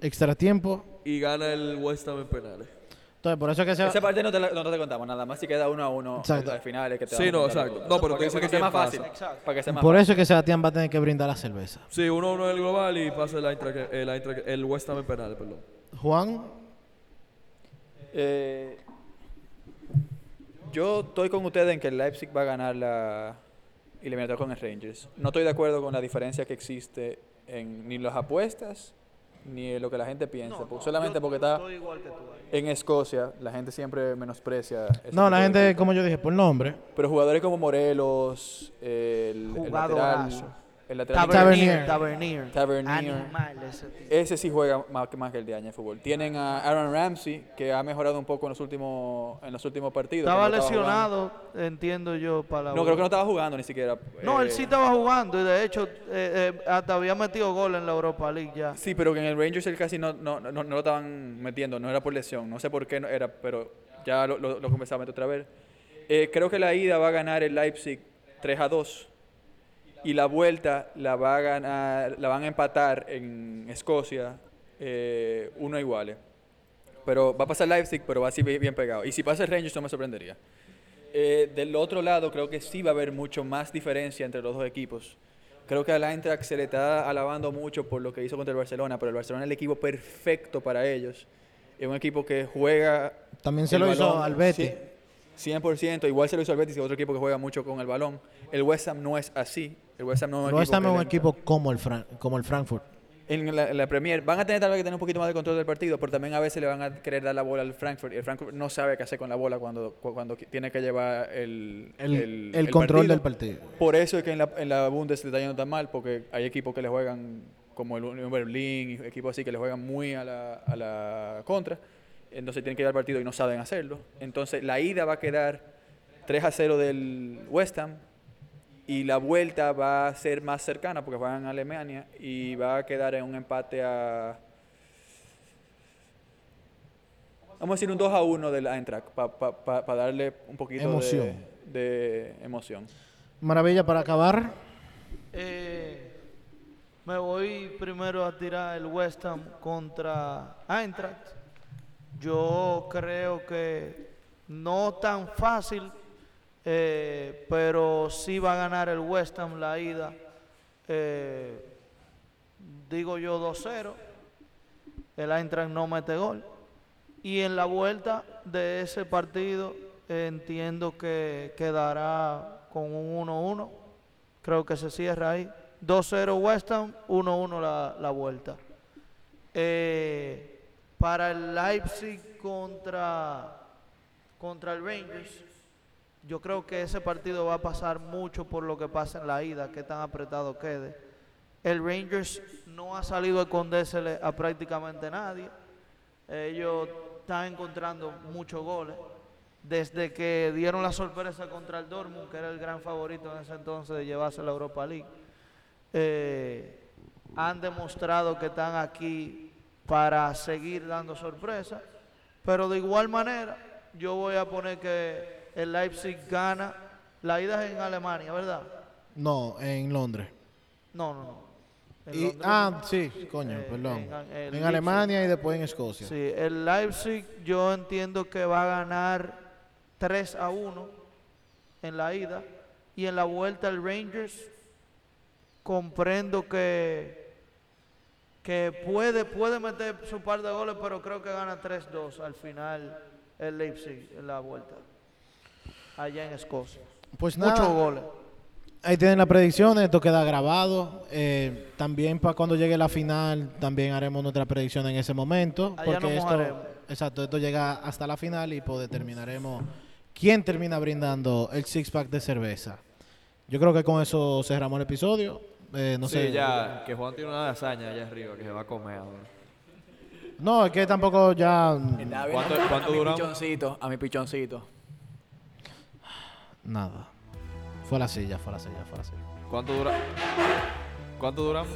Speaker 3: Extra tiempo.
Speaker 1: y gana el West Ham en penales.
Speaker 3: Entonces, por eso es que se
Speaker 5: Esa parte no te, la- no te contamos nada más si queda uno a uno
Speaker 3: Exacto.
Speaker 5: al, al final es que te
Speaker 1: Sí,
Speaker 5: vamos a
Speaker 1: no,
Speaker 5: contar
Speaker 1: exacto.
Speaker 5: la
Speaker 1: No, pero
Speaker 5: Para
Speaker 1: te
Speaker 5: que,
Speaker 1: dice
Speaker 5: para que
Speaker 1: que
Speaker 5: sea más
Speaker 1: quién
Speaker 5: fácil.
Speaker 2: Exacto.
Speaker 5: Para que sea más
Speaker 3: Por
Speaker 5: fácil.
Speaker 3: eso es que Sebastián va a tener que brindar la cerveza.
Speaker 1: Sí, 1-1 en el global y pasa el, Eintracht, el, Eintracht- el West Ham en penales, perdón.
Speaker 3: Juan,
Speaker 5: Eh, yo estoy con ustedes en que el Leipzig va a ganar la eliminatoria con el Rangers. No estoy de acuerdo con la diferencia que existe en ni las apuestas ni en lo que la gente piensa.
Speaker 2: No,
Speaker 5: porque-
Speaker 2: no,
Speaker 5: solamente
Speaker 2: yo
Speaker 5: porque está
Speaker 2: estoy igual que tú ahí.
Speaker 5: en Escocia, la gente siempre menosprecia. ese
Speaker 3: No, la
Speaker 5: tipo de
Speaker 3: gente,
Speaker 5: equipo.
Speaker 3: como yo dije, por nombre.
Speaker 5: Pero jugadores como Morelos, el, el
Speaker 2: Jugadorazo.
Speaker 5: lateral, el lateral
Speaker 3: Tavernier.
Speaker 2: Tavernier. Tavernier.
Speaker 5: Tavernier.
Speaker 2: Animal ese tipo.
Speaker 5: Ese sí juega más, que- más que el de año de fútbol. Tienen a Aaron Ramsey, que ha mejorado un poco en los últimos, en los últimos partidos. que
Speaker 2: Estaba
Speaker 5: no jugando.
Speaker 2: lesionado, entiendo yo, para la
Speaker 5: No, creo que no estaba jugando ni siquiera.
Speaker 2: No,
Speaker 5: eh,
Speaker 2: él sí estaba jugando y de hecho eh, eh, hasta había metido gol en la Europa League ya.
Speaker 5: Sí, pero que en el Rangers él casi no, no, no, no lo estaban metiendo, no era por lesión, no sé por qué no era, pero ya lo, lo, lo comenzaba a meter otra vez. Eh, creo que la ida va a ganar el Leipzig 3 a 2 y la vuelta la va a ganar, la van a empatar en Escocia eh, uno a iguales. Pero va a pasar Leipzig, pero va así bien bien pegado. Y si pasa el Rangers no me sorprendería. Eh, del otro lado, creo que sí va a haber mucho más diferencia entre los dos equipos. Creo que al Eintracht se le está alabando mucho por lo que hizo contra el Barcelona, pero el Barcelona es el equipo perfecto para ellos. Es un equipo que juega.
Speaker 3: También se
Speaker 5: el
Speaker 3: lo hizo
Speaker 5: balón
Speaker 3: al Betis.
Speaker 5: 100%, 100%, igual se lo hizo al Betis, que es otro equipo que juega mucho con el balón. El West Ham no es así. El West Ham no es
Speaker 3: No está en
Speaker 5: que
Speaker 3: un
Speaker 5: le-
Speaker 3: equipo como el, Fran- como el Frankfurt.
Speaker 5: en la, en la Premier van a tener tal vez que tener un poquito más de control del partido, pero también a veces le van a querer dar la bola al Frankfurt y el Frankfurt no sabe qué hacer con la bola cuando, cu- cuando qui- tiene que llevar el,
Speaker 3: El, el control del partido.
Speaker 5: Por eso es que en la, en la Bundes le está yendo tan mal, porque hay equipos que le juegan como el Unión Berlín, equipos así que le juegan muy a la, a la contra, entonces tienen que llevar el partido y no saben hacerlo. Entonces la ida va a quedar 3 a 0 del West Ham, y la vuelta va a ser más cercana porque van a Alemania y va a quedar en un empate a. Vamos a decir un 2 a 1 del Eintracht para darle un poquito de-
Speaker 3: Emoción.
Speaker 5: De, emoción.
Speaker 3: Maravilla para acabar.
Speaker 2: Eh, me voy primero a tirar el West Ham contra Eintracht. Yo creo que no tan fácil, eh, pero sí va a ganar el West Ham la ida. eh, digo yo 2-0. El Eintracht no mete gol. Y en la vuelta de ese partido eh, entiendo que quedará con un 1-1. Creo que se cierra ahí. 2-0 West Ham, 1-1 la, la vuelta. Eh, para el Leipzig contra, contra el Rangers, yo creo que ese partido va a pasar mucho por lo que pasa en la ida, que tan apretado quede. El Rangers no ha salido a escondérsele a prácticamente nadie. Ellos están encontrando muchos goles. Desde que dieron la sorpresa contra el Dortmund, que era el gran favorito en ese entonces de llevarse la Europa League, eh, han demostrado que están aquí para seguir dando sorpresa. Pero de igual manera, yo voy a poner que el Leipzig gana. La ida es en Alemania, ¿verdad?
Speaker 3: No, en Londres.
Speaker 2: No, no, no. en
Speaker 3: Y-
Speaker 2: Londres.
Speaker 3: ah, sí, coño,
Speaker 2: Eh,
Speaker 3: perdón.
Speaker 2: en- en
Speaker 3: En,
Speaker 2: Leipzig.
Speaker 3: Alemania y después en Escocia.
Speaker 2: Sí, el Leipzig yo entiendo que va a ganar 3 a 1 en la ida y en la vuelta el Rangers comprendo que que puede puede meter su par de goles, pero creo que gana 3-2 al final el Leipzig en la vuelta allá en Escocia.
Speaker 3: Pues nada,
Speaker 2: Muchos goles.
Speaker 3: ahí tienen las predicciones, esto queda grabado. Eh, también para cuando llegue la final, también haremos nuestra predicción en ese momento.
Speaker 2: Allá nos
Speaker 3: porque
Speaker 2: mojaremos.
Speaker 3: esto, exacto, esto llega hasta la final y pues determinaremos quién termina brindando el six pack de cerveza. Yo creo que con eso cerramos el episodio. Eh, no
Speaker 6: sí,
Speaker 3: sé.
Speaker 6: ya, que Juan tiene una lasaña allá arriba que se va a comer ahora.
Speaker 3: No, es que tampoco ya. mm,
Speaker 7: Nada,
Speaker 6: ¿Cuánto-
Speaker 7: ven acá,
Speaker 6: cuánto
Speaker 7: a mi
Speaker 6: duramos?
Speaker 7: pichoncito, a mi pichoncito.
Speaker 3: Nada. Fue a la silla, fue a la silla, fue a la silla.
Speaker 6: ¿Cuánto dura? ¿Cuánto duramos?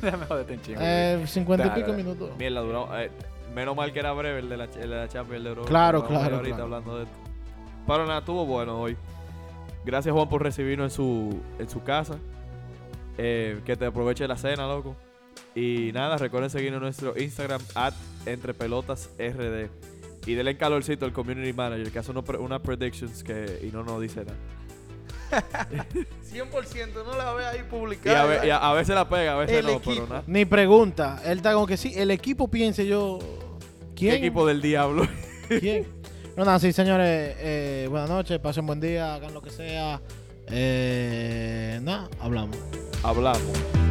Speaker 4: Déjame joderte en chingo.
Speaker 3: Eh, 50 y
Speaker 6: Claro,
Speaker 3: pico
Speaker 6: eh.
Speaker 3: minutos.
Speaker 6: Mierda, duramos. eh, menos mal que era breve el de la, el de la Champions, el de Europa.
Speaker 3: Claro,
Speaker 6: Vamos a ir
Speaker 3: claro,
Speaker 6: Ahorita
Speaker 3: claro.
Speaker 6: hablando de esto. Pero nada, estuvo bueno hoy. Gracias, Juan, por recibirnos en su, en su casa. Eh, que te aproveche la cena, loco. Y nada, recuerden seguirnos en nuestro Instagram, at entrepelotasrd. Y denle calorcito al community manager, que hace uno pre- unas predictions que, y no nos dice nada.
Speaker 2: 100% no la ve ahí
Speaker 6: Y a,
Speaker 2: publicada.
Speaker 6: ve- y a- a veces la pega, a veces
Speaker 2: El
Speaker 6: no,
Speaker 2: equipo.
Speaker 6: pero nada.
Speaker 3: Ni pregunta. Él está como que sí. El equipo piense yo.
Speaker 6: ¿Qué
Speaker 3: ¿Quién?
Speaker 6: equipo del diablo?
Speaker 3: ¿Quién? No, nada, sí, señores. eh, buenas noches. Pasen buen día. Hagan lo que sea. Eh, nada, hablamos.
Speaker 6: Hablamos.